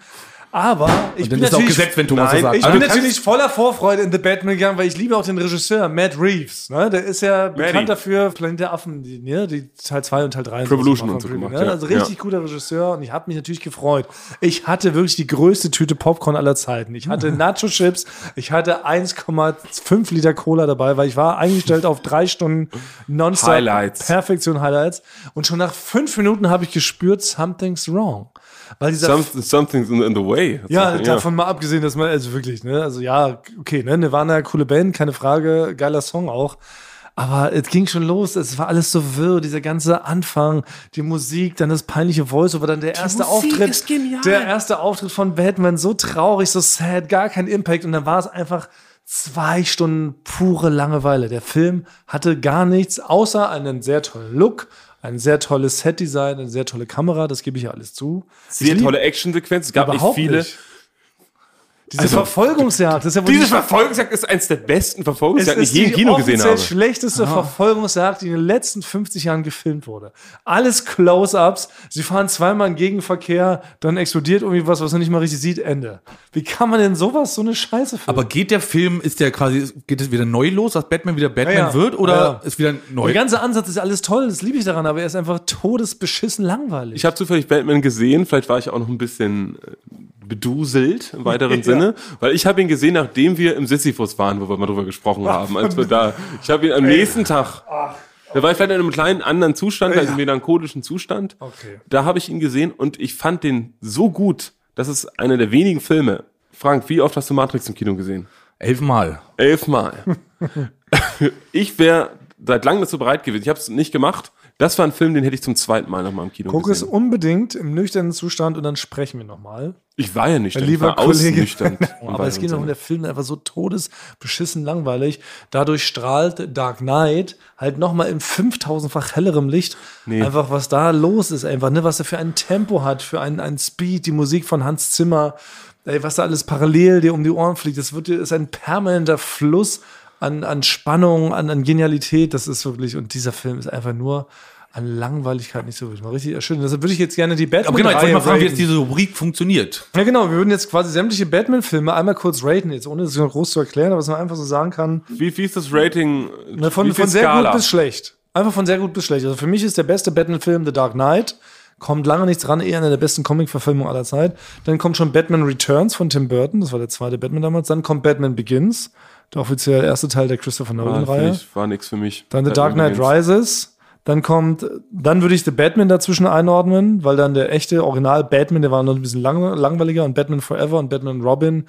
[SPEAKER 3] Aber ich
[SPEAKER 2] Dann
[SPEAKER 3] bin
[SPEAKER 2] ist auch
[SPEAKER 3] natürlich,
[SPEAKER 2] gesetzt, wenn Thomas
[SPEAKER 4] Nein,
[SPEAKER 2] das sagt.
[SPEAKER 3] ich
[SPEAKER 4] Also
[SPEAKER 3] bin
[SPEAKER 4] du kannst-
[SPEAKER 3] natürlich voller Vorfreude in The Batman gegangen, weil ich liebe auch den Regisseur, Matt Reeves. Ne? Der ist ja
[SPEAKER 4] Matty.
[SPEAKER 3] bekannt dafür, Planet der Affen, die, ne? die Teil 2 und Teil 3.
[SPEAKER 4] Revolution
[SPEAKER 3] und so
[SPEAKER 4] und so
[SPEAKER 3] gemacht,
[SPEAKER 4] gemacht,
[SPEAKER 3] ne?
[SPEAKER 4] ja.
[SPEAKER 3] Also richtig guter Regisseur und ich habe mich natürlich gefreut. Ich hatte wirklich die größte Tüte Popcorn aller Zeiten. Ich
[SPEAKER 4] *laughs*
[SPEAKER 3] hatte Nacho-Chips, ich hatte 1,5 Liter Cola dabei, weil ich war eingestellt auf drei Stunden nonstop
[SPEAKER 4] Highlights.
[SPEAKER 3] Perfektion Highlights. Und schon nach fünf Minuten habe ich gespürt, something's wrong. Weil dieser
[SPEAKER 4] Something, something's in, in the way.
[SPEAKER 3] ja,
[SPEAKER 4] Something,
[SPEAKER 3] davon mal abgesehen, dass man, also wirklich, ne, also ja, okay, ne, Nirvana, coole Band, keine Frage, geiler Song auch. Aber es ging schon los, es war alles so wirr, dieser ganze Anfang, die Musik, dann das peinliche Voice-Over, dann der erste
[SPEAKER 4] Musik
[SPEAKER 3] Auftritt.
[SPEAKER 4] ist genial.
[SPEAKER 3] Der erste Auftritt von Batman, so traurig, so sad, gar kein Impact. Und dann war es einfach zwei Stunden pure Langeweile. Der Film hatte gar nichts, außer einen sehr tollen Look, ein sehr tolles Set-Design, eine sehr tolle Kamera, das gebe ich ja alles zu. Ich
[SPEAKER 4] Sehr
[SPEAKER 3] lieb-
[SPEAKER 4] tolle Actionsequenz. Es gab nicht
[SPEAKER 3] Überhaupt
[SPEAKER 4] viele.
[SPEAKER 3] nicht. Diese Verfolgungsjagd, das ist ja wohl
[SPEAKER 4] Diese
[SPEAKER 3] die-
[SPEAKER 4] Verfolgungsjagd ist eins der besten
[SPEAKER 3] es
[SPEAKER 4] Verfolgungsjagden, die ich
[SPEAKER 3] ist
[SPEAKER 4] je im
[SPEAKER 3] die
[SPEAKER 4] Kino gesehen
[SPEAKER 3] offiziell
[SPEAKER 4] habe.
[SPEAKER 3] schlechteste Verfolgungsjagd, die in den letzten 50 Jahren gefilmt wurde. Alles Close-ups, sie fahren zweimal im Gegenverkehr, dann explodiert irgendwie was, was man nicht mal richtig sieht, Ende. Wie kann man denn sowas, so eine Scheiße filmen?
[SPEAKER 2] Aber geht der Film, ist der quasi, geht es wieder neu los, dass Batman wieder Batman
[SPEAKER 3] Ja, ja.
[SPEAKER 2] wird oder
[SPEAKER 3] Ja, ja.
[SPEAKER 2] ist wieder neu?
[SPEAKER 3] Der ganze Ansatz ist alles toll, das liebe ich daran, aber er ist einfach todesbeschissen langweilig.
[SPEAKER 4] Ich habe zufällig Batman gesehen, vielleicht war ich auch noch ein bisschen äh, beduselt
[SPEAKER 3] *laughs*
[SPEAKER 4] im weiteren Sinne, weil ich habe ihn gesehen, nachdem wir im Sisyphus waren, wo wir mal drüber gesprochen haben, als wir da. Ich habe ihn am nächsten Tag. Da war ich vielleicht in einem kleinen anderen Zustand, also melancholischen Zustand.
[SPEAKER 3] Okay.
[SPEAKER 4] Da habe ich ihn gesehen und ich fand den so gut, das ist einer der wenigen Filme. Frank, wie oft hast du Matrix im Kino gesehen?
[SPEAKER 2] Elfmal.
[SPEAKER 3] *laughs*
[SPEAKER 4] Elfmal. ich wäre seit langem dazu bereit gewesen. Ich habe es nicht gemacht. Das war ein Film, den hätte ich zum zweiten Mal nochmal im Kino
[SPEAKER 3] Guck es
[SPEAKER 4] gesehen.
[SPEAKER 3] unbedingt im nüchternen Zustand und dann sprechen wir nochmal.
[SPEAKER 4] Ich war ja nüchtern.
[SPEAKER 3] Lieber
[SPEAKER 4] ich war
[SPEAKER 3] Kollege.
[SPEAKER 4] ausnüchternd.
[SPEAKER 3] *laughs*
[SPEAKER 4] Im
[SPEAKER 3] Aber es
[SPEAKER 4] weiteren
[SPEAKER 3] geht darum,
[SPEAKER 4] Sinne.
[SPEAKER 3] der Film ist einfach so todesbeschissen langweilig. Dadurch strahlt Dark Knight halt nochmal im 5000-fach hellerem Licht einfach, was da los ist, einfach, ne, was er für ein Tempo hat, für einen, einen Speed, die Musik von Hans Zimmer, ey, was da alles parallel dir um die Ohren fliegt. Das wird dir, ist ein permanenter Fluss an, an Spannung, an, an Genialität. Das ist wirklich, und dieser Film ist einfach nur an Langweiligkeit nicht so wirklich mal richtig erschüttern. Deshalb würde ich jetzt gerne die Batman.
[SPEAKER 2] Aber genau, jetzt wollte ich mal fragen, wie
[SPEAKER 3] breaken.
[SPEAKER 2] jetzt diese Rubrik funktioniert.
[SPEAKER 3] Ja, genau. Wir würden jetzt quasi sämtliche Batman-Filme einmal kurz raten, jetzt ohne das groß zu erklären, aber was man einfach so sagen kann.
[SPEAKER 4] wie, wie ist das Rating?
[SPEAKER 3] Ne,
[SPEAKER 4] wie
[SPEAKER 3] von,
[SPEAKER 4] ist die
[SPEAKER 3] von sehr
[SPEAKER 4] Skala?
[SPEAKER 3] gut bis schlecht. Einfach von sehr gut bis schlecht. Also für mich ist der beste Batman-Film The Dark Knight. Kommt lange nichts ran, eher einer der besten Comic-Verfilmungen aller Zeit. Dann kommt schon Batman Returns von Tim Burton, das war der zweite Batman damals. Dann kommt Batman Begins, der offiziell erste Teil der Christopher
[SPEAKER 4] Ah,
[SPEAKER 3] Nolan-Reihe.
[SPEAKER 4] finde ich, war nix für mich.
[SPEAKER 3] Dann The
[SPEAKER 4] Hat
[SPEAKER 3] Äh, Dark Knight
[SPEAKER 4] irgendwie-
[SPEAKER 3] Rises. Dann kommt, dann würde ich The Batman dazwischen einordnen, weil dann der echte Original Batman, der war noch ein bisschen lang, langweiliger und Batman Forever und Batman Robin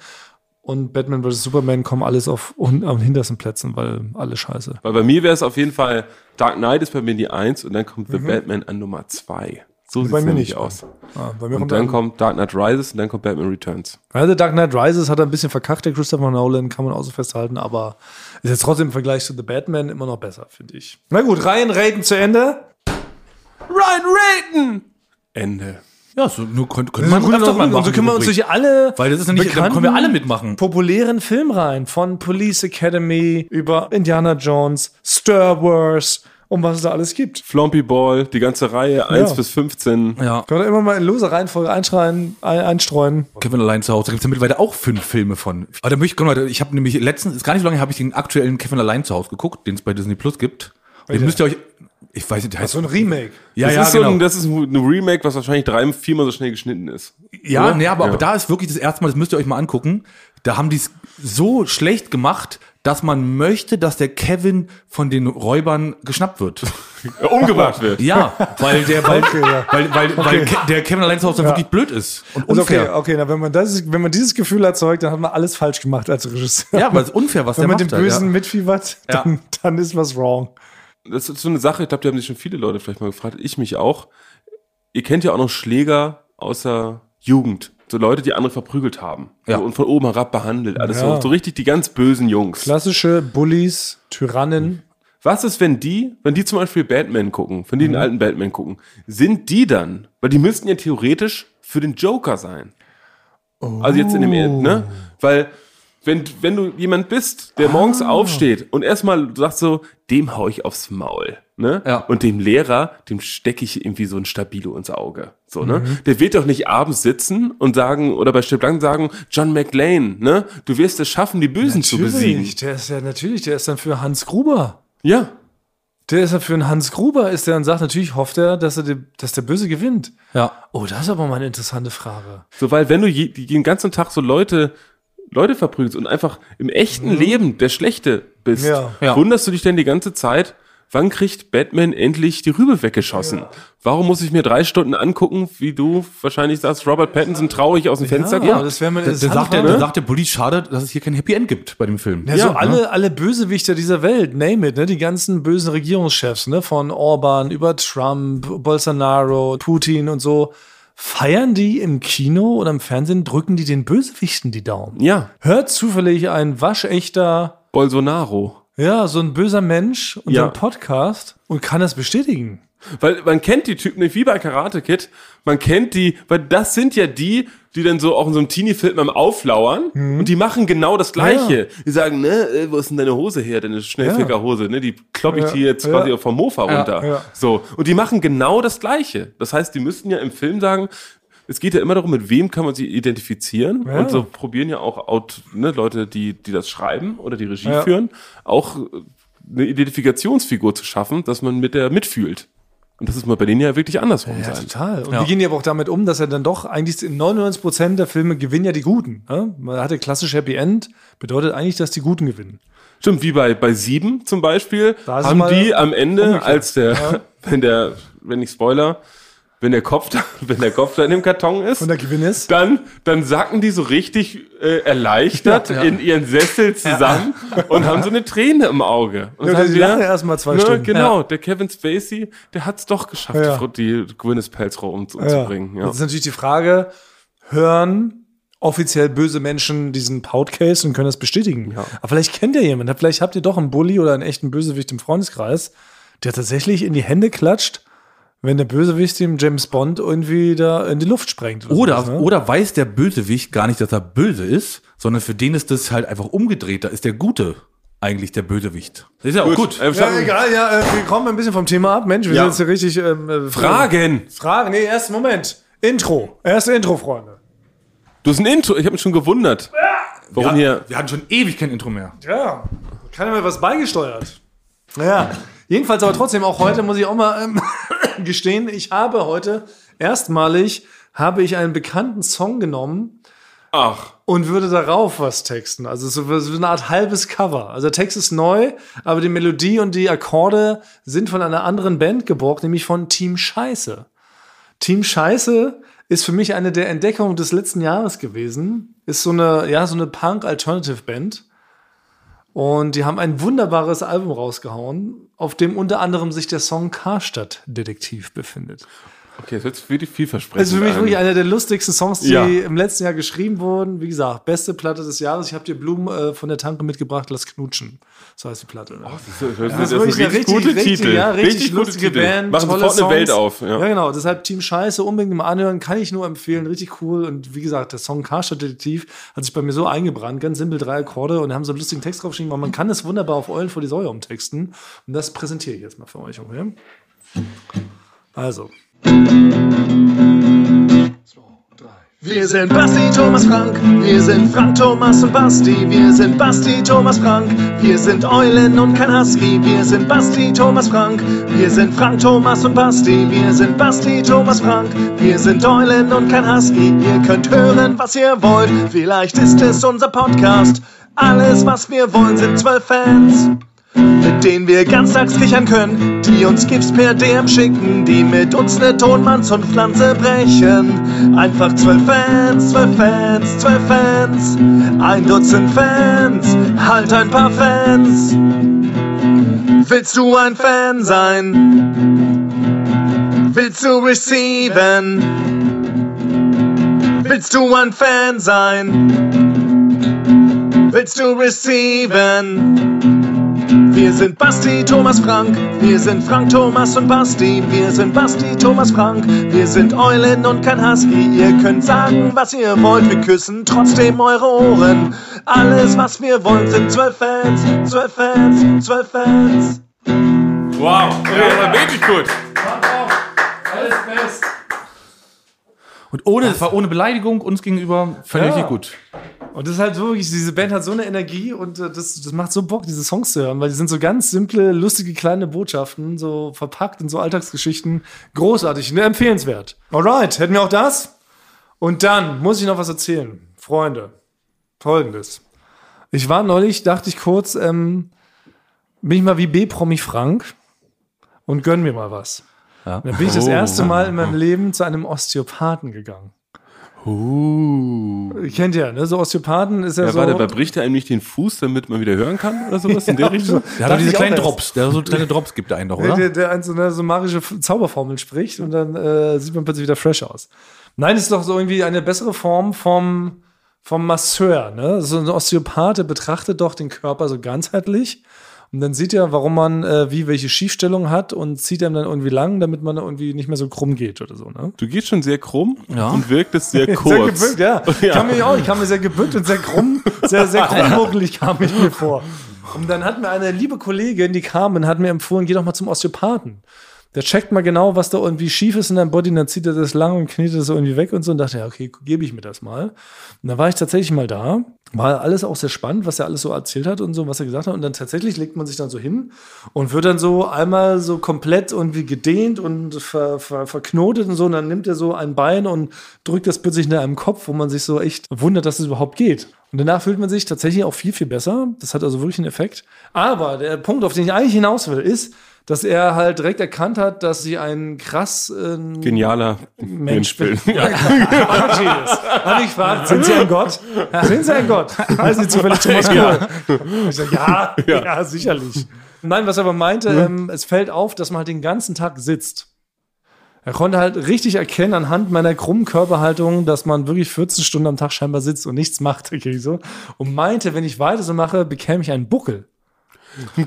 [SPEAKER 3] und Batman vs. Superman kommen alles auf un, am hintersten Plätzen, weil alle scheiße.
[SPEAKER 4] Weil bei mir wäre es auf jeden Fall, Dark Knight ist bei mir die 1 und dann kommt The Batman an Nummer 2. So sieht
[SPEAKER 3] Mhm. Also Bei
[SPEAKER 4] es
[SPEAKER 3] mir
[SPEAKER 4] nämlich
[SPEAKER 3] nicht.
[SPEAKER 4] aus.
[SPEAKER 3] Ah, bei mir
[SPEAKER 4] Und
[SPEAKER 3] kommt
[SPEAKER 4] dann
[SPEAKER 3] dann,
[SPEAKER 4] kommt Dark Knight Rises und dann kommt Batman Returns.
[SPEAKER 3] also Dark Knight Rises hat er ein bisschen verkackt, der Christopher Nolan, kann man auch so festhalten, aber ist jetzt trotzdem im Vergleich zu The Batman immer noch besser, finde ich. Na gut, Reihen, Raten zu Ende.
[SPEAKER 4] Ryan Raten! Ende.
[SPEAKER 2] Ja, so nur könnte könnte
[SPEAKER 3] So
[SPEAKER 2] man
[SPEAKER 3] können
[SPEAKER 2] öfter mal
[SPEAKER 3] wir-
[SPEAKER 2] machen,
[SPEAKER 3] so können wir uns
[SPEAKER 2] die Rubrik.
[SPEAKER 3] durch alle
[SPEAKER 2] Weil das ist ja nicht, dann
[SPEAKER 3] bekannten-
[SPEAKER 2] können wir alle mitmachen.
[SPEAKER 3] populären Film rein. Von Police Academy über Indiana Jones, Star Wars und was es da alles gibt.
[SPEAKER 4] Flompy Ball, die ganze Reihe, 1 bis 15.
[SPEAKER 2] Ja.
[SPEAKER 3] Könnt ihr immer mal in loser Reihenfolge einschreien, ein, einstreuen.
[SPEAKER 2] Kevin allein zu Hause, da gibt es ja mittlerweile auch fünf Filme von. Aber da möchte ich, guck mal, ich habe nämlich letztens, ist gar nicht so lange, habe ich den aktuellen Kevin allein zu Hause geguckt, den es bei Disney Plus gibt. Und den müsst ihr euch, ich weiß nicht, der heißt,
[SPEAKER 3] So ein Remake.
[SPEAKER 2] ja,
[SPEAKER 4] das,
[SPEAKER 2] ja,
[SPEAKER 4] ist so
[SPEAKER 2] genau.
[SPEAKER 4] ein, das ist ein Remake, was wahrscheinlich drei, viermal so schnell geschnitten
[SPEAKER 3] *laughs*
[SPEAKER 4] ist.
[SPEAKER 2] Ja,
[SPEAKER 4] Oder?
[SPEAKER 2] nee, aber,
[SPEAKER 4] Ja.
[SPEAKER 2] aber da ist wirklich das erste Mal, das müsst ihr euch mal angucken. Da haben die es so schlecht gemacht, dass man möchte, dass der Kevin von den Räubern geschnappt
[SPEAKER 3] *laughs*
[SPEAKER 2] wird.
[SPEAKER 4] Ja, Umgebracht wird.
[SPEAKER 2] Ja, weil der, weil,
[SPEAKER 3] Okay, ja.
[SPEAKER 2] weil, weil, weil Ke- der Kevin allein zu Hause dann wirklich blöd ist und
[SPEAKER 3] Also okay,
[SPEAKER 2] unfair.
[SPEAKER 3] okay, na, wenn, man das, wenn man dieses Gefühl erzeugt, dann hat man alles falsch gemacht als Regisseur.
[SPEAKER 2] Ja, weil es unfair, was
[SPEAKER 3] Wenn
[SPEAKER 2] der
[SPEAKER 3] man
[SPEAKER 2] macht.
[SPEAKER 3] mit dem
[SPEAKER 2] halt,
[SPEAKER 3] Bösen mitfiebert,
[SPEAKER 2] Ja.
[SPEAKER 3] dann, dann ist was wrong.
[SPEAKER 4] Das ist so eine Sache, ich glaube, die haben sich schon viele Leute vielleicht mal gefragt, ich mich auch. Ihr kennt ja auch noch Schläger außer Jugend. So Leute, die andere verprügelt haben.
[SPEAKER 2] Ja.
[SPEAKER 4] So, und von oben herab behandelt. Alles
[SPEAKER 3] Ja.
[SPEAKER 4] so, so richtig die ganz bösen Jungs.
[SPEAKER 3] Klassische Bullies, Tyrannen.
[SPEAKER 4] Was ist, wenn die, wenn die zum Beispiel Batman gucken, wenn die den alten Batman gucken, sind die dann, weil die müssten ja theoretisch für den Joker sein. Also jetzt in dem, ne? Weil, wenn, wenn du jemand bist, der morgens aufsteht und erstmal sagst so, dem hau ich aufs Maul, ne?
[SPEAKER 2] Ja.
[SPEAKER 4] Und dem Lehrer, dem stecke ich irgendwie so ein Stabilo ins Auge, so, ne? Der wird doch nicht abends sitzen und sagen, oder bei Stipp Lang sagen, John McLean, ne? Du wirst es schaffen, die Bösen zu besiegen.
[SPEAKER 3] der ist ja natürlich, der ist dann für Hans Gruber.
[SPEAKER 4] Ja.
[SPEAKER 3] Der ist ja für einen Hans Gruber, ist der und sagt, natürlich hofft er, dass, er die, dass der Böse gewinnt.
[SPEAKER 2] Ja.
[SPEAKER 3] Oh, das ist aber mal eine interessante Frage.
[SPEAKER 4] So, weil wenn du je, die- den ganzen Tag so Leute, Leute verprügelst und einfach im echten Leben der Schlechte bist,
[SPEAKER 3] Mhm. Ja.
[SPEAKER 2] Ja.
[SPEAKER 4] wunderst du dich denn die ganze Zeit, wann kriegt Batman endlich die Rübe weggeschossen? Warum muss ich mir drei Stunden angucken, wie du wahrscheinlich sagst, Robert Pattinson traurig aus dem Fenster
[SPEAKER 3] Ja,
[SPEAKER 4] kommt?
[SPEAKER 3] das wäre mal eine
[SPEAKER 2] Da, da,
[SPEAKER 3] interessante
[SPEAKER 2] sagt der,
[SPEAKER 3] Frage.
[SPEAKER 2] da sagt ne? der Bulli, schade, dass es hier kein Happy End gibt bei dem Film.
[SPEAKER 3] Ja, so ne?
[SPEAKER 4] Ja,
[SPEAKER 3] alle, alle Bösewichter dieser Welt, name it, ne? die ganzen bösen Regierungschefs, ne? von Orban über Trump, Bolsonaro, Putin und so, feiern die im Kino oder im Fernsehen, drücken die den Bösewichten die Daumen.
[SPEAKER 4] Ja,
[SPEAKER 3] Hört zufällig ein waschechter,
[SPEAKER 4] Bolsonaro.
[SPEAKER 3] ja, so ein böser Mensch unseren
[SPEAKER 4] Ja.
[SPEAKER 3] Podcast und kann das bestätigen.
[SPEAKER 4] Weil man kennt die Typen nicht, wie bei Karate Kid. Man kennt die, weil das sind ja die, die dann so auch in so einem Teenie-Film am Auflauern
[SPEAKER 3] Mhm.
[SPEAKER 4] und die machen genau das Gleiche. Die sagen, ne, äh, wo ist denn deine Hose her, deine Schnellfickerhose, ne, die klopp ich
[SPEAKER 3] Ja,
[SPEAKER 4] dir jetzt
[SPEAKER 3] ja.
[SPEAKER 4] quasi vom Mofa runter.
[SPEAKER 3] ja.
[SPEAKER 4] So. Und die machen genau das Gleiche. Das heißt, die müssten ja im Film sagen, es geht ja immer darum, mit wem kann man sie identifizieren.
[SPEAKER 3] Ja.
[SPEAKER 4] Und so probieren ja auch Aut ne, Leute, die, die das schreiben oder die Regie
[SPEAKER 3] Ja.
[SPEAKER 4] führen, auch äh, eine Identifikationsfigur zu schaffen, dass man mit der mitfühlt. Und das ist mal bei denen ja wirklich andersrum
[SPEAKER 3] Ja,
[SPEAKER 4] sein.
[SPEAKER 3] total. Und die gehen ja aber auch damit um, dass er dann doch eigentlich in 99% der Filme gewinnen ja die Guten. Ne? Man hatte klassisch Happy End, bedeutet eigentlich, dass die Guten gewinnen.
[SPEAKER 4] Stimmt, wie bei, bei sieben zum Beispiel,
[SPEAKER 3] Da ist es
[SPEAKER 4] haben
[SPEAKER 3] mal
[SPEAKER 4] die am Ende,
[SPEAKER 3] umgekehrt.
[SPEAKER 4] als der, *laughs* wenn der, wenn ich Spoiler, wenn der Kopf da, *laughs* wenn der Kopf da in dem Karton ist,
[SPEAKER 3] Und der Gewinn ist.
[SPEAKER 4] dann, dann sacken die so richtig äh,
[SPEAKER 3] *laughs*
[SPEAKER 4] erleichtert
[SPEAKER 3] Ja, ja.
[SPEAKER 4] in ihren Sessel zusammen und haben so eine Träne im Auge. Und
[SPEAKER 3] Ja,
[SPEAKER 4] dann
[SPEAKER 3] die
[SPEAKER 4] wieder-
[SPEAKER 3] lachen erst mal zwei Stunden.
[SPEAKER 4] Genau, der Kevin Spacey, der hat es doch geschafft,
[SPEAKER 3] Ja.
[SPEAKER 4] die Frau- die Gwyneth Paltrow um, umzubringen. Ja.
[SPEAKER 3] Jetzt ist natürlich die Frage, hören offiziell böse Menschen diesen Podcast und können das bestätigen. Aber vielleicht kennt ihr jemanden, vielleicht habt ihr doch einen Bully oder einen echten Bösewicht im Freundeskreis, der tatsächlich in die Hände klatscht, wenn der Bösewicht dem James Bond irgendwie da in die Luft sprengt.
[SPEAKER 2] Oder,
[SPEAKER 3] sowas, ne?
[SPEAKER 2] oder weiß der Bösewicht gar nicht, dass er böse ist, sondern für den ist das halt einfach umgedreht. Da ist der Gute eigentlich der Bösewicht. Das ist ja auch gut.
[SPEAKER 4] Äh,
[SPEAKER 3] Ja, egal, ja, äh, wir kommen ein bisschen vom Thema ab. Mensch, wir
[SPEAKER 4] Ja.
[SPEAKER 3] sind jetzt hier richtig. Ähm, äh,
[SPEAKER 4] Fragen.
[SPEAKER 3] Fragen, nee, erst Moment. Intro. Erst Intro, Freunde.
[SPEAKER 4] Du hast ein Intro, ich habe mich schon gewundert. Warum hier?
[SPEAKER 2] Wir hatten schon ewig kein Intro mehr.
[SPEAKER 3] Ja, keiner mehr was beigesteuert. Naja, jedenfalls aber trotzdem auch heute muss ich auch mal ähm, *coughs* gestehen, ich habe heute erstmalig habe ich einen bekannten Song genommen
[SPEAKER 4] Ach,
[SPEAKER 3] und würde darauf was texten. Also so so eine Art halbes Cover. Also der Text ist neu, aber die Melodie und die Akkorde sind von einer anderen Band geborgt, nämlich von Team Scheiße. Team Scheiße ist für mich eine der Entdeckungen des letzten Jahres gewesen. Ist so eine, ja, so eine Punk-Alternative-Band. Und die haben ein wunderbares Album rausgehauen, auf dem unter anderem sich der Song Karstadt Detektiv befindet.
[SPEAKER 4] okay, das wird wirklich vielversprechend.
[SPEAKER 3] Also für mich
[SPEAKER 4] an.
[SPEAKER 3] wirklich einer der lustigsten Songs, die
[SPEAKER 4] Ähm, Ja.
[SPEAKER 3] im letzten Jahr geschrieben wurden. Wie gesagt, beste Platte des Jahres. Ich habe dir Blumen äh, von der Tanke mitgebracht, lass knutschen. So heißt die Platte. Ne?
[SPEAKER 4] Oh, Das ist,
[SPEAKER 3] Das ist
[SPEAKER 4] ein
[SPEAKER 3] wirklich eine richtig,
[SPEAKER 4] gute
[SPEAKER 3] richtig,
[SPEAKER 4] Titel.
[SPEAKER 3] Ja, richtig,
[SPEAKER 4] gute
[SPEAKER 3] lustige
[SPEAKER 4] Titel.
[SPEAKER 3] Band.
[SPEAKER 4] Machen
[SPEAKER 3] tolle
[SPEAKER 4] sofort eine
[SPEAKER 3] Songs.
[SPEAKER 4] Welt auf. Ja.
[SPEAKER 3] ja, genau. Deshalb Team Scheiße unbedingt mal anhören. Kann ich nur empfehlen. Richtig cool. Und wie gesagt, der Song Karstadt Detektiv hat sich bei mir so eingebrannt. Ganz simpel drei Akkorde und haben so einen lustigen Text draufgeschrieben. weil Man kann es wunderbar auf Eulen vor die Säue umtexten. Und das präsentiere ich jetzt mal für euch. Okay? Also.
[SPEAKER 5] Wir sind Basti, Thomas, Frank. Wir sind Frank, Thomas und Basti. Wir sind Basti, Thomas, Frank. Wir sind Eulen und kein Husky. Wir sind Basti, Thomas, Frank. Wir sind Frank, Thomas und Basti. Wir sind Basti, Thomas, Frank. Wir sind Eulen und kein Husky. Ihr könnt hören, was ihr wollt. Vielleicht ist es unser Podcast. Alles, was wir wollen, sind zwölf Fans mit denen wir ganztags kichern können, die uns Gips per DM schicken, die mit uns ne Tonmanns und Pflanze brechen. Einfach zwölf Fans, zwölf Fans, zwölf Fans, ein Dutzend Fans, halt ein paar Fans. Willst du ein Fan sein? Willst du receiven? Willst du ein Fan sein? Willst du receiven? Wir sind Basti, Thomas, Frank. Wir sind Frank, Thomas und Basti. Wir sind Basti, Thomas, Frank. Wir sind Eulen und kein Husky. Ihr könnt sagen, was ihr wollt. Wir küssen trotzdem eure Ohren. Alles, was wir wollen, sind zwölf Fans, zwölf Fans, zwölf Fans.
[SPEAKER 4] Wow, okay, das war wirklich gut.
[SPEAKER 2] Und ohne, das war ohne Beleidigung uns gegenüber völlig
[SPEAKER 3] Ja.
[SPEAKER 2] gut.
[SPEAKER 3] Und das ist halt wirklich, diese Band hat so eine Energie und äh, das, das macht so Bock, diese Songs zu hören, weil die sind so ganz simple, lustige, kleine Botschaften, so verpackt in so Alltagsgeschichten. Großartig, ne, empfehlenswert. Alright, hätten wir auch das? Und dann muss ich noch was erzählen. Freunde, folgendes. Ich war neulich, dachte ich kurz, ähm, bin ich mal wie B-Promi Frank und gönn mir mal was.
[SPEAKER 2] Ja.
[SPEAKER 3] Dann bin ich das erste Mal in meinem Leben zu einem Osteopathen gegangen. Ihr Kennt ihr, ne? So Osteopathen ist ja,
[SPEAKER 4] Ja,
[SPEAKER 3] so.
[SPEAKER 4] warte, bricht er einem nicht den Fuß, damit man wieder hören kann
[SPEAKER 2] *laughs*
[SPEAKER 4] oder sowas in der Richtung?
[SPEAKER 2] Der
[SPEAKER 3] Dachte
[SPEAKER 2] hat doch diese
[SPEAKER 3] ich auch
[SPEAKER 2] kleinen
[SPEAKER 3] erst.
[SPEAKER 2] Drops. Der hat so kleine Drops gibt der einen doch,
[SPEAKER 3] Der, der,
[SPEAKER 2] oder?
[SPEAKER 3] der an so einer so magische F- Zauberformel spricht und dann äh, sieht man plötzlich wieder fresh aus. Nein, das ist doch so irgendwie eine bessere Form vom, vom Masseur. Ne? So ein Osteopath, der betrachtet doch den Körper so ganzheitlich Und dann sieht er, warum man äh, wie welche Schiefstellung hat und zieht einem dann irgendwie lang, damit man irgendwie nicht mehr so krumm geht oder so. Ne?
[SPEAKER 4] Du gehst schon sehr krumm und wirktest sehr
[SPEAKER 3] *laughs*
[SPEAKER 4] kurz.
[SPEAKER 3] Sehr gebückt,
[SPEAKER 4] *laughs*
[SPEAKER 3] ja. Ich kam mir auch, ich kam mir sehr gebückt und sehr krumm, sehr, sehr
[SPEAKER 4] *laughs*
[SPEAKER 3] krummmuckelig kam ich mir vor. Und dann hat mir eine liebe Kollegin, die kam und hat mir empfohlen, geh doch mal zum Osteopathen. Der checkt mal genau, was da irgendwie schief ist in deinem Body, und dann zieht er das lang und knetet das irgendwie weg und so und dachte, ja, okay, gebe ich mir das mal. Und dann war ich tatsächlich mal da, war alles auch sehr spannend, was er alles so erzählt hat und so, was er gesagt hat. Und dann tatsächlich legt man sich dann so hin und wird dann so einmal so komplett irgendwie gedehnt und ver, ver, verknotet und so. Und dann nimmt er so ein Bein und drückt das plötzlich in einem Kopf, wo man sich so echt wundert, dass es überhaupt geht. Und danach fühlt man sich tatsächlich auch viel, viel besser. Das hat also wirklich einen Effekt. Aber der Punkt, auf den ich eigentlich hinaus will, ist, dass er halt direkt erkannt hat, dass sie ein krass ähm,
[SPEAKER 4] Genialer
[SPEAKER 3] Mensch
[SPEAKER 4] Mensch
[SPEAKER 3] bin.
[SPEAKER 4] bin. Ja.
[SPEAKER 3] Gott ist. Habe ich gefragt, sind Sie ein Gott? Ja, sind Sie ein Gott? Weiß nicht zufällig Thomas Kuhl. Ich sag, ja, ja, sicherlich. Nein, was er aber meinte, ähm, es fällt auf, dass man halt den ganzen Tag sitzt. Er konnte halt richtig erkennen anhand meiner krummen Körperhaltung, dass man wirklich 14 Stunden am Tag scheinbar sitzt und nichts macht. *laughs* Okay, so. Und meinte, wenn ich weiter so mache, bekäme ich einen Buckel.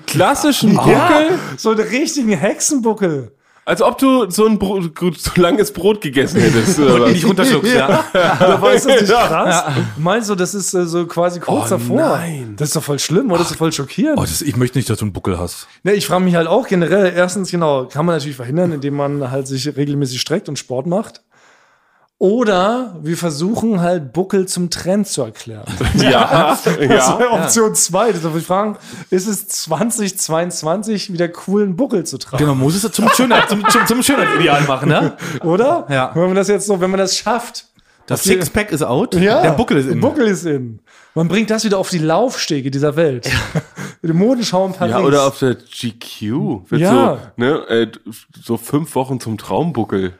[SPEAKER 4] Klassischen Buckel.
[SPEAKER 3] Ja, so einen richtigen Hexenbuckel.
[SPEAKER 4] Als ob du so ein Brot, gut, so langes Brot
[SPEAKER 2] *laughs*
[SPEAKER 4] gegessen hättest. Oder was?
[SPEAKER 2] Nicht runterschluckst, ja.
[SPEAKER 3] Oder war ist das nicht krass? Meinst du, das ist äh, so quasi kurz davor? Nein. Das ist doch voll schlimm, oder? Das ist doch voll schockierend.
[SPEAKER 2] Oh, das, ich möchte nicht, dass du einen Buckel hast.
[SPEAKER 3] Ne, ich frage mich halt auch generell, erstens, genau, kann man natürlich verhindern, indem man halt sich regelmäßig streckt und Sport macht. Oder wir versuchen halt Buckel zum Trend
[SPEAKER 2] *laughs*
[SPEAKER 3] zu erklären.
[SPEAKER 4] Ja,
[SPEAKER 3] Das
[SPEAKER 4] ja.
[SPEAKER 2] Also,
[SPEAKER 3] wäre Option 2. Deshalb würde ich fragen, ist es 2022 wieder cool, einen Buckel zu tragen?
[SPEAKER 2] Genau, muss es zum, Schönheit, zum, zum, zum Schönheitsideal machen,
[SPEAKER 3] *laughs*
[SPEAKER 2] ne?
[SPEAKER 3] Oder?
[SPEAKER 2] Ja.
[SPEAKER 3] Wenn man das jetzt so, wenn man das schafft,
[SPEAKER 2] Das Sixpack ist out,
[SPEAKER 3] Ja.
[SPEAKER 2] der Buckel ist in.
[SPEAKER 3] Buckel ist in. Man bringt das wieder auf die Laufstege dieser Welt. Die Modenschau in Paris.
[SPEAKER 4] Ja, oder auf der GQ wird
[SPEAKER 3] Ja.
[SPEAKER 4] so, ne, äh, so fünf Wochen
[SPEAKER 3] *laughs*
[SPEAKER 4] zum Traumbuckel.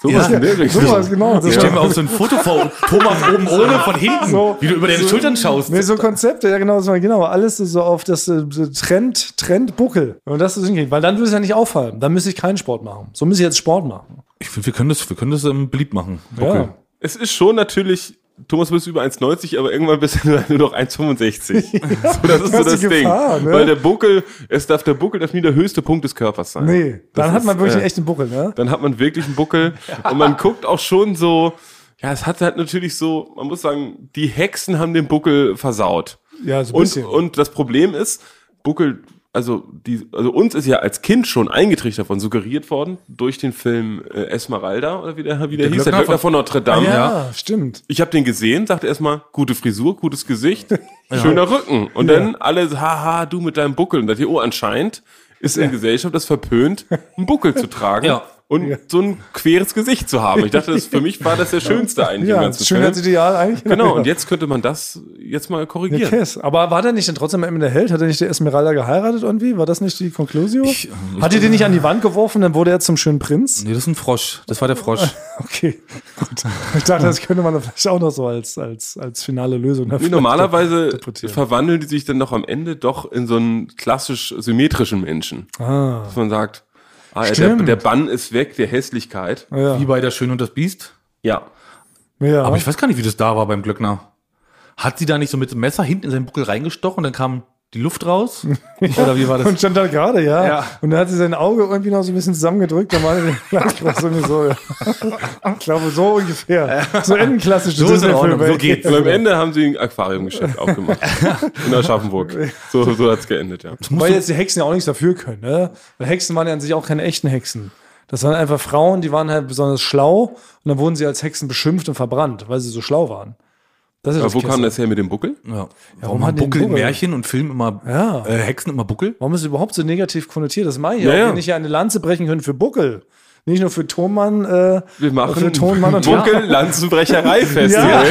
[SPEAKER 4] Sowas in der Richtung.
[SPEAKER 3] Sowas, genau. Das
[SPEAKER 2] Stell mir auch so ein Foto vor, Thomas *laughs* oben ohne von hinten,
[SPEAKER 3] So.
[SPEAKER 2] wie du über deine Schultern schaust.
[SPEAKER 3] Nee, so Konzepte, ja genau, so, genau. Alles ist so auf das äh, so Trend, Trendbuckel. Und das ist hingehen, weil dann würde es ja nicht auffallen. Dann müsste ich keinen Sport machen. So müsste ich jetzt Sport machen.
[SPEAKER 2] Ich finde, wir können das, wir können das ähm, beliebt machen. Buckel.
[SPEAKER 4] Es ist schon natürlich, Thomas, du bist über 1,90, aber irgendwann bist du nur
[SPEAKER 3] *laughs*
[SPEAKER 4] noch 1,65. so, das ist so
[SPEAKER 3] das
[SPEAKER 4] das
[SPEAKER 3] ist die
[SPEAKER 4] Ding.
[SPEAKER 3] Gefahr, ne?
[SPEAKER 4] Weil der Buckel, es darf, der Buckel darf nie der höchste Punkt des Körpers sein.
[SPEAKER 3] Nee, dann
[SPEAKER 4] Das
[SPEAKER 3] hat
[SPEAKER 4] ist,
[SPEAKER 3] man wirklich
[SPEAKER 4] äh,
[SPEAKER 3] einen echten Buckel, ne?
[SPEAKER 4] Dann hat man wirklich einen
[SPEAKER 3] *laughs*
[SPEAKER 4] Buckel und man guckt auch schon so, ja, es hat halt natürlich so, man muss sagen, die Hexen haben den Buckel versaut.
[SPEAKER 3] Ja, so ein
[SPEAKER 4] Und,
[SPEAKER 3] bisschen.
[SPEAKER 4] und das Problem ist, Buckel, also, die, also uns ist ja als Kind schon eingetrichtert worden, suggeriert worden durch den Film äh, Esmeralda oder wie der, wie der, hieß,
[SPEAKER 2] Glöckner
[SPEAKER 4] der Glöckner von Notre Dame.
[SPEAKER 3] Ah, ja, stimmt.
[SPEAKER 4] Ich habe den gesehen, dachte erstmal, gute Frisur,
[SPEAKER 3] *laughs*
[SPEAKER 4] gutes Gesicht, schöner Rücken. Und dann alle, so, haha, du mit deinem Buckel. Und dachte ich, oh, anscheinend ist in Gesellschaft das verpönt, einen Buckel zu
[SPEAKER 3] *laughs*
[SPEAKER 4] tragen
[SPEAKER 2] Ja.
[SPEAKER 4] und so ein queres Gesicht zu haben. Ich dachte, das, für mich war das der schönste eigentlich im
[SPEAKER 3] Ja,
[SPEAKER 4] ganzen
[SPEAKER 3] schön als
[SPEAKER 4] Film.
[SPEAKER 3] Ideal eigentlich. *laughs*
[SPEAKER 4] Genau, und jetzt könnte man das jetzt mal
[SPEAKER 3] Ja,
[SPEAKER 4] korrigieren.
[SPEAKER 3] Kiss. Aber war der nicht dann trotzdem am Ende der Held? Hat er nicht der Esmeralda geheiratet irgendwie? War das nicht die Conclusio?
[SPEAKER 4] äh,
[SPEAKER 3] Hat ihr den nicht an die Wand geworfen, dann wurde er zum schönen Prinz?
[SPEAKER 2] Nee, das ist ein Frosch. Das war der Frosch.
[SPEAKER 3] Okay, gut. *laughs* Ich dachte, das könnte man vielleicht auch noch so als, als, als finale Lösung
[SPEAKER 4] Wie
[SPEAKER 3] dafür
[SPEAKER 4] Normalerweise
[SPEAKER 3] interpretieren.
[SPEAKER 4] verwandeln die sich dann doch am Ende doch in so einen klassisch symmetrischen Menschen. Dass man sagt, ah, ja, der,
[SPEAKER 3] Stimmt.
[SPEAKER 4] der Bann ist weg, der Hässlichkeit.
[SPEAKER 3] Ja.
[SPEAKER 2] Wie bei der Schön und das Biest.
[SPEAKER 4] Ja.
[SPEAKER 3] Ja.
[SPEAKER 2] Aber ich weiß gar nicht, wie das da war beim Glöckner. Hat sie da nicht so mit dem Messer hinten in seinen Buckel reingestochen und dann kam die Luft raus? Oder wie war
[SPEAKER 3] und
[SPEAKER 2] das?
[SPEAKER 3] stand da gerade, ja.
[SPEAKER 2] Ja.
[SPEAKER 3] Und dann hat sie sein Auge irgendwie noch so ein bisschen zusammengedrückt, dann war *laughs* er gleich groß irgendwie so. Ja. Ich glaube, so ungefähr. So endklassisch.
[SPEAKER 2] So ist in Ordnung, so geht's.
[SPEAKER 4] Und am Ende haben sie ein Aquariumgeschäft aufgemacht. In Aschaffenburg. So, so hat's geendet, ja.
[SPEAKER 3] Weil jetzt die Hexen ja auch nichts dafür können, ne? Weil Hexen waren ja an sich auch keine echten Hexen. Das waren einfach Frauen, die waren halt besonders schlau und dann wurden sie als Hexen beschimpft und verbrannt, weil sie so schlau waren. Das ist ja
[SPEAKER 4] Aber
[SPEAKER 3] das
[SPEAKER 4] wo kam
[SPEAKER 3] Klasse.
[SPEAKER 4] das her mit dem Buckel?
[SPEAKER 2] Ja.
[SPEAKER 3] warum
[SPEAKER 2] Warum
[SPEAKER 3] hat
[SPEAKER 2] haben
[SPEAKER 3] die
[SPEAKER 2] Buckel in
[SPEAKER 3] Buckel?
[SPEAKER 2] Märchen und Film immer
[SPEAKER 3] Ja.
[SPEAKER 2] äh, Hexen immer Buckel?
[SPEAKER 3] Warum ist es überhaupt so negativ konnotiert? Das meine ich ja,
[SPEAKER 4] Ja,
[SPEAKER 3] auch.
[SPEAKER 4] ja.
[SPEAKER 3] Wenn ich ja eine Lanze brechen können für Buckel. Nicht nur für Tonmann, äh,
[SPEAKER 4] Wir
[SPEAKER 3] für
[SPEAKER 4] machen
[SPEAKER 3] Tonmann und
[SPEAKER 4] Buckel Lanzenbrecherei Festival.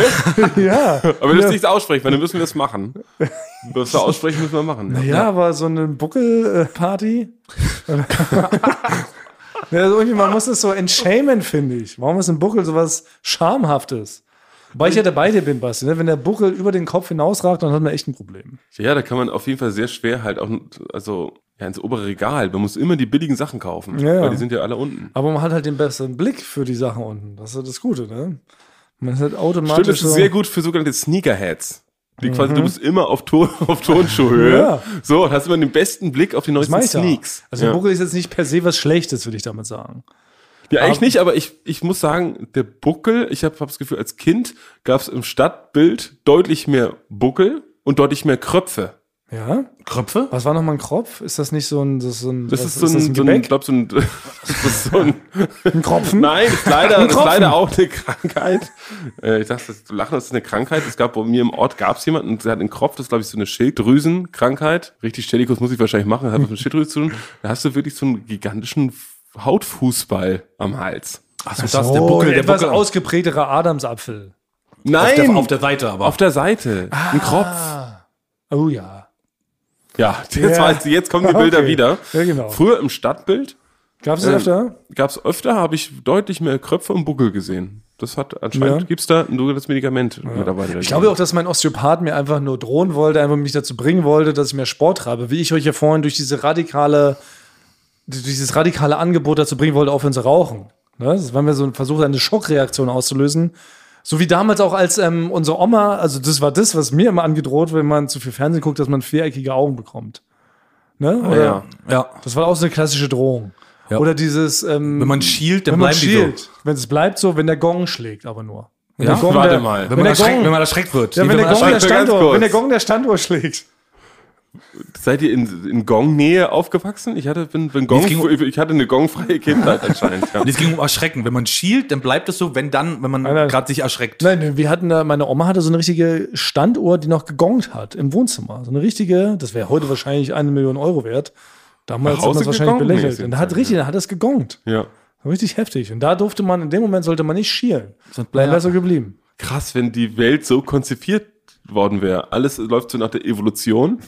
[SPEAKER 3] Ja. *laughs* ja.
[SPEAKER 4] Aber wir müssen nichts aussprechen, weil dann müssen wir das machen. Was wir aussprechen, müssen wir machen.
[SPEAKER 3] Ja, aber so eine
[SPEAKER 4] *laughs*
[SPEAKER 3] Buckel-Party. ja, also irgendwie, man muss es so entschämen, finde ich. Warum ist ein Buckel sowas Schamhaftes? Wobei ich ja dabei dir bin, Basti. Ne? Wenn der Buckel über den Kopf hinausragt, dann hat man echt ein Problem.
[SPEAKER 4] Ja, da kann man auf jeden Fall sehr schwer halt auch, also, ja, ins obere Regal. Man muss immer die billigen Sachen kaufen.
[SPEAKER 3] Ja, ja.
[SPEAKER 4] Weil die sind ja alle unten.
[SPEAKER 3] Aber man hat halt den besseren Blick für die Sachen unten. Das ist ja das Gute, ne? Man ist halt
[SPEAKER 4] Stimmt,
[SPEAKER 3] automatisch.
[SPEAKER 4] das ist
[SPEAKER 3] so-
[SPEAKER 4] sehr gut für sogenannte Sneakerheads. Die quasi, du bist immer auf, Ton, *laughs* auf Tonschuhhöhe.
[SPEAKER 3] Ja.
[SPEAKER 4] So, und hast immer den besten Blick auf die
[SPEAKER 3] Das
[SPEAKER 4] neuesten
[SPEAKER 3] mache ich da.
[SPEAKER 4] Sneaks.
[SPEAKER 3] Also
[SPEAKER 4] ja.
[SPEAKER 3] Buckel ist jetzt nicht per se was Schlechtes, würde ich damit sagen.
[SPEAKER 4] ja, eigentlich nicht, aber ich, ich muss sagen, der Buckel, ich habe hab das Gefühl, als Kind gab es im Stadtbild deutlich mehr Buckel und deutlich mehr Kröpfe.
[SPEAKER 3] Ja?
[SPEAKER 2] Kröpfe?
[SPEAKER 3] Was war nochmal ein Kropf? Ist das nicht so ein. Das ist so ein,
[SPEAKER 4] Das
[SPEAKER 3] was-
[SPEAKER 4] ist so ein, so ein,
[SPEAKER 3] Gebäck?
[SPEAKER 4] glaub, so ein, *laughs* das ist so ein
[SPEAKER 3] ein Kropfen?
[SPEAKER 4] Nein, das ist leider,
[SPEAKER 3] Ein
[SPEAKER 4] das ist
[SPEAKER 3] Tropfen.
[SPEAKER 4] leider auch eine Krankheit. Äh, ich dachte, das- du lachst, das ist eine Krankheit. Es gab bei mir im Ort gab's jemanden, der hat einen Kropf, das ist, glaube ich, so eine Schilddrüsenkrankheit. Richtig Stellikus muss ich wahrscheinlich machen, hat was mit Schilddrüse zu tun. Da hast du wirklich so einen gigantischen Hautfußball am Hals.
[SPEAKER 2] Achso, das
[SPEAKER 3] So, ein etwas ausgeprägterer Adamsapfel.
[SPEAKER 4] Nein!
[SPEAKER 2] Auf der, auf der Seite aber.
[SPEAKER 4] auf der Seite. Ein Kropf.
[SPEAKER 3] Oh ja.
[SPEAKER 4] Ja, *laughs* jetzt
[SPEAKER 3] Ja.
[SPEAKER 4] weißt du, jetzt kommen die Bilder
[SPEAKER 3] Okay.
[SPEAKER 4] wieder.
[SPEAKER 3] Ja, genau.
[SPEAKER 4] Früher im Stadtbild
[SPEAKER 3] Gab es das
[SPEAKER 4] Ähm,
[SPEAKER 3] öfter?
[SPEAKER 4] gab's öfter, habe ich deutlich mehr Kröpfe und Buckel gesehen. Das hat anscheinend
[SPEAKER 3] Ja.
[SPEAKER 4] gibt's da nur das Medikament mittlerweile.
[SPEAKER 3] Ich glaube auch, dass mein Osteopath mir einfach nur drohen wollte, einfach mich dazu bringen wollte, dass ich mehr Sport treibe, wie ich euch ja vorhin durch diese radikale, durch dieses radikale Angebot dazu bringen wollte, aufhören zu rauchen. Ne? Das war mir so ein Versuch, eine Schockreaktion auszulösen. So wie damals auch als ähm, unsere Oma, also das war das, was mir immer angedroht, wenn man zu viel Fernsehen guckt, dass man viereckige Augen bekommt. Ne? Oder,
[SPEAKER 4] ja.
[SPEAKER 2] ja.
[SPEAKER 3] Das war auch so eine klassische Drohung.
[SPEAKER 2] Ja.
[SPEAKER 3] Oder dieses, ähm,
[SPEAKER 2] Wenn man schielt, dann
[SPEAKER 3] wenn man
[SPEAKER 2] bleiben die so.
[SPEAKER 3] schielt, wenn es bleibt so, wenn der Gong schlägt, aber nur. Wenn
[SPEAKER 2] Ja?
[SPEAKER 3] der Gong
[SPEAKER 4] Warte
[SPEAKER 3] der,
[SPEAKER 4] mal.
[SPEAKER 3] Wenn,
[SPEAKER 2] Wenn man,
[SPEAKER 3] der
[SPEAKER 2] erschreckt,
[SPEAKER 3] Gong,
[SPEAKER 2] wenn man erschreckt wird.
[SPEAKER 3] ja,
[SPEAKER 2] Nee,
[SPEAKER 3] wenn, der Gong der
[SPEAKER 4] erschreckt wird, ganz
[SPEAKER 3] Standort,
[SPEAKER 4] kurz.
[SPEAKER 3] wenn der Gong der Standort schlägt.
[SPEAKER 4] Seid ihr in, in Gong-Nähe aufgewachsen? Ich hatte, bin, bin Gong,
[SPEAKER 2] Es ging um-
[SPEAKER 4] ich ich hatte eine gongfreie Kindheit anscheinend.
[SPEAKER 3] *laughs*
[SPEAKER 4] Ja.
[SPEAKER 2] Und es ging um Erschrecken. Wenn man schielt, dann bleibt es so, wenn dann, wenn man
[SPEAKER 3] nein.
[SPEAKER 2] gerade sich erschreckt.
[SPEAKER 3] Nein, wir hatten da, meine Oma hatte so eine richtige Standuhr, die noch gegongt hat im Wohnzimmer. So eine richtige, das wäre heute wahrscheinlich eine Million Euro wert. Damals
[SPEAKER 4] Nach
[SPEAKER 3] hat man
[SPEAKER 4] Hause
[SPEAKER 3] es wahrscheinlich
[SPEAKER 4] gegongt?
[SPEAKER 3] belächelt.
[SPEAKER 4] Nee,
[SPEAKER 3] Und da hat richtig, da hat es gegongt.
[SPEAKER 4] ja.
[SPEAKER 3] Richtig heftig. Und da durfte man, in dem Moment sollte man nicht schielen.
[SPEAKER 2] Sonst
[SPEAKER 3] Dann
[SPEAKER 2] bleibt-
[SPEAKER 3] wäre so geblieben.
[SPEAKER 4] Krass, wenn die Welt so konzipiert worden wäre. Alles läuft so nach der
[SPEAKER 3] *laughs*
[SPEAKER 4] Evolution.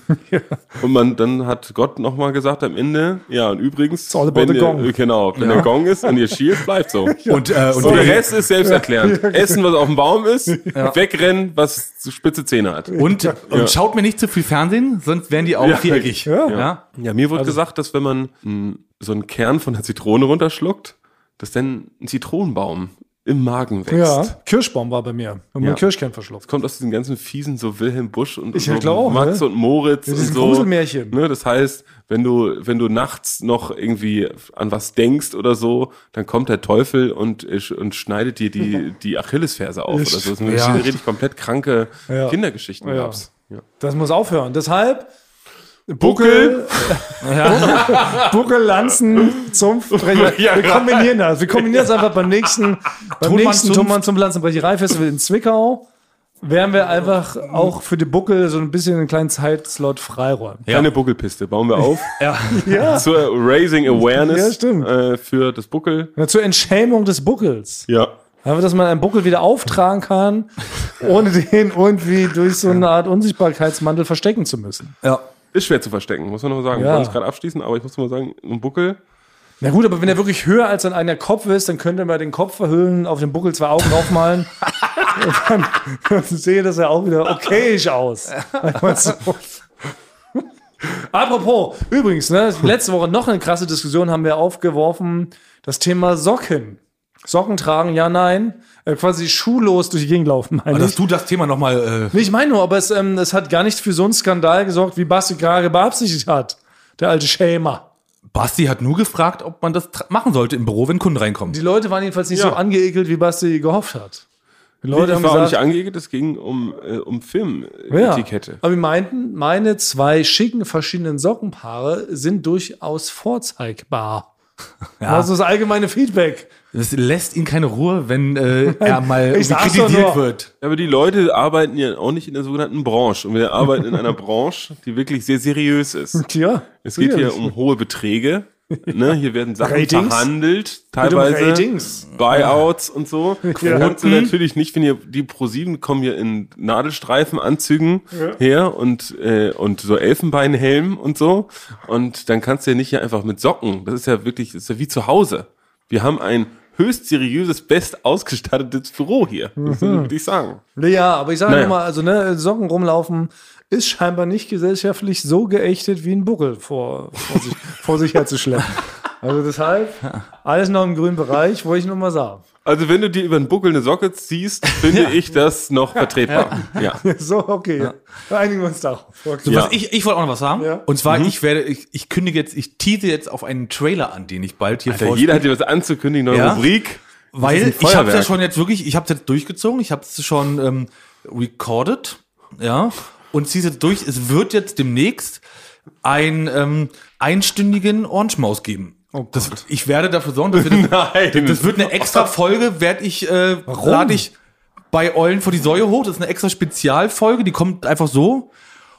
[SPEAKER 4] Und man, dann hat Gott nochmal gesagt am Ende, ja, und übrigens,
[SPEAKER 3] all about
[SPEAKER 4] wenn
[SPEAKER 3] the
[SPEAKER 4] ihr,
[SPEAKER 3] Gong.
[SPEAKER 4] genau, wenn der Gong ist und ihr schielt,
[SPEAKER 3] *laughs*
[SPEAKER 4] bleibt so.
[SPEAKER 2] Und, äh, und
[SPEAKER 4] Und der
[SPEAKER 2] die-
[SPEAKER 4] Rest ist selbsterklärend. Essen, was auf dem Baum ist, wegrennen, was spitze Zähne hat.
[SPEAKER 2] Und, und schaut mir nicht zu viel Fernsehen, sonst werden die Augen
[SPEAKER 4] Ja.
[SPEAKER 2] viereckig.
[SPEAKER 3] Ja.
[SPEAKER 2] Ja.
[SPEAKER 4] Ja, mir
[SPEAKER 3] Also-
[SPEAKER 4] wurde gesagt, dass wenn man mh, so einen Kern von der Zitrone runterschluckt, dass dann ein Zitronenbaum im Magen
[SPEAKER 3] Ja,
[SPEAKER 4] wächst.
[SPEAKER 3] Kirschbaum war bei mir. Und
[SPEAKER 4] Ja.
[SPEAKER 3] mein Kirschkern verschluckt.
[SPEAKER 4] Kommt aus diesen ganzen fiesen, so Wilhelm Busch und,
[SPEAKER 3] Ich
[SPEAKER 4] und so
[SPEAKER 3] glaub auch,
[SPEAKER 4] Max
[SPEAKER 3] ne?
[SPEAKER 4] und Moritz
[SPEAKER 3] Ja,
[SPEAKER 4] und
[SPEAKER 3] diesen
[SPEAKER 4] so.
[SPEAKER 3] Gruselmärchen.
[SPEAKER 4] Ne, das heißt, wenn du, wenn du nachts noch irgendwie an was denkst oder so, dann kommt der Teufel und, isch- und schneidet dir
[SPEAKER 3] *laughs*
[SPEAKER 4] die, die Achillesferse auf oder so. Das sind
[SPEAKER 2] Ja.
[SPEAKER 4] richtig komplett kranke
[SPEAKER 3] Ja.
[SPEAKER 4] Kindergeschichten
[SPEAKER 3] Ja.
[SPEAKER 4] gab's. Ja.
[SPEAKER 3] Das muss aufhören. Deshalb
[SPEAKER 4] Buckel. *laughs*
[SPEAKER 3] *laughs* Buckel, Lanzen, Zumpfbrecher.
[SPEAKER 4] *laughs* Ja,
[SPEAKER 3] wir
[SPEAKER 4] ja.
[SPEAKER 3] kombinieren das. Wir kombinieren das einfach beim nässten, beim
[SPEAKER 2] Thunmann
[SPEAKER 3] nächsten
[SPEAKER 2] Zumpf.
[SPEAKER 3] Tummann zum Lanzenbrecherei-Festival in Zwickau. Werden wir einfach auch für die Buckel so ein bisschen einen kleinen Zeitslot freiräumen.
[SPEAKER 4] Keine Buckelpiste, bauen wir *laughs* auf.
[SPEAKER 3] Ja.
[SPEAKER 4] Zur Raising Awareness
[SPEAKER 3] Ja, stimmt.
[SPEAKER 4] Äh, für das Buckel.
[SPEAKER 3] Na, Zur Entschämung des Buckels.
[SPEAKER 4] Ja.
[SPEAKER 3] Einfach, dass man einen Buckel wieder auftragen kann, ohne den irgendwie durch so eine Art Unsichtbarkeitsmantel verstecken zu müssen.
[SPEAKER 2] ja.
[SPEAKER 4] Ist schwer zu verstecken, muss man nochmal sagen.
[SPEAKER 3] Ja.
[SPEAKER 4] Wir wollen es gerade abschließen, aber ich muss mal sagen, ein Buckel.
[SPEAKER 3] Na gut, aber wenn er wirklich höher als an einer Kopf ist, dann könnte man den Kopf verhüllen, auf den Buckel zwei Augen draufmalen. und dann sehe das ja auch wieder okayisch aus. Einmal so. Apropos, übrigens, ne, letzte Woche noch eine krasse Diskussion haben wir aufgeworfen, das Thema Socken. Socken tragen, ja, nein. Äh, quasi schuhlos durch die Gegend laufen, meine
[SPEAKER 2] Also,
[SPEAKER 3] ich.
[SPEAKER 2] dass du das Thema nochmal. Äh,
[SPEAKER 3] Nee, Ich meine nur, aber es, ähm, es hat gar nicht für so einen Skandal gesorgt, wie Basti gerade beabsichtigt hat. Der alte Schämer.
[SPEAKER 2] Basti hat nur gefragt, ob man das tra- machen sollte im Büro, wenn Kunden reinkommen.
[SPEAKER 3] Die Leute waren jedenfalls nicht
[SPEAKER 4] Ja.
[SPEAKER 3] so angeekelt, wie Basti gehofft hat. Die
[SPEAKER 4] Ich
[SPEAKER 3] Leute
[SPEAKER 4] war
[SPEAKER 3] haben
[SPEAKER 4] auch nicht
[SPEAKER 3] gesagt,
[SPEAKER 4] angeekelt, es ging um, äh, um
[SPEAKER 3] ja.
[SPEAKER 4] Filmetikette.
[SPEAKER 3] aber wir meinten, meine zwei schicken verschiedenen Sockenpaare sind durchaus
[SPEAKER 4] *laughs*
[SPEAKER 3] vorzeigbar.
[SPEAKER 2] Ja.
[SPEAKER 3] Also das allgemeine Feedback.
[SPEAKER 2] Das lässt ihn keine Ruhe, wenn äh, er mal
[SPEAKER 3] ich
[SPEAKER 2] irgendwie
[SPEAKER 3] sag's doch
[SPEAKER 2] kritisiert
[SPEAKER 3] nur.
[SPEAKER 2] wird.
[SPEAKER 4] Ja, aber die Leute arbeiten ja auch nicht in der sogenannten Branche. Und wir arbeiten in einer *laughs* Branche, die wirklich sehr seriös ist.
[SPEAKER 3] Tja,
[SPEAKER 4] Es geht hier um hohe
[SPEAKER 3] *laughs*
[SPEAKER 4] Beträge. Ne, hier werden Sachen
[SPEAKER 3] Ratings.
[SPEAKER 4] verhandelt,
[SPEAKER 3] Geht um
[SPEAKER 4] teilweise
[SPEAKER 3] Ratings.
[SPEAKER 4] Buyouts und so.
[SPEAKER 3] Ja. Hm.
[SPEAKER 4] Kannst du natürlich nicht, wenn hier die ProSieben kommen hier in Nadelstreifenanzügen her und, äh, und so Elfenbeinhelmen und so. Und dann kannst du ja nicht hier einfach mit Socken. Das ist ja wirklich, das ist ja wie zu Hause. Wir haben ein höchst seriöses, best ausgestattetes Büro hier. Das
[SPEAKER 3] Mhm.
[SPEAKER 4] würde ich sagen.
[SPEAKER 3] Ja, aber ich sage
[SPEAKER 4] um- Naja.
[SPEAKER 3] nochmal, also ne, Socken rumlaufen ist scheinbar nicht gesellschaftlich so geächtet wie ein Buckel vor, vor,
[SPEAKER 4] *laughs*
[SPEAKER 3] sich, vor sich herzuschleppen. Also deshalb, alles noch im grünen Bereich, wollte ich nur mal sagen. *laughs*
[SPEAKER 4] Also wenn du dir über den Buckel eine Socke ziehst, finde ich das noch vertretbar. Ja.
[SPEAKER 3] So, okay. Da Einigen wir uns darauf. Okay.
[SPEAKER 2] So,
[SPEAKER 4] Ja.
[SPEAKER 2] was ich, ich wollte auch noch was sagen. Mhm.
[SPEAKER 3] Ja.
[SPEAKER 2] Und zwar, ich werde, ich, ich kündige jetzt, ich tease jetzt auf einen Trailer an, den ich bald hier
[SPEAKER 4] Alter,
[SPEAKER 2] vorstelle.
[SPEAKER 4] jeder hat dir was anzukündigen, neue
[SPEAKER 2] Ja.
[SPEAKER 4] Rubrik. Das
[SPEAKER 2] Weil
[SPEAKER 4] ist ein
[SPEAKER 2] ich habe
[SPEAKER 4] Feuerwerk.
[SPEAKER 2] ja schon jetzt wirklich, ich habe jetzt durchgezogen, ich habe es schon ähm, recorded, ja, und ziehe jetzt durch. Es wird jetzt demnächst ein ähm, einstündigen Orange Maus geben. das, ich werde dafür sorgen,
[SPEAKER 4] *laughs*
[SPEAKER 2] dass wir das,
[SPEAKER 4] Oh Nein.
[SPEAKER 2] das wird eine extra Folge, werde ich äh, lade ich bei Eulen vor die Säue hoch. Das ist eine extra Spezialfolge, die kommt einfach so.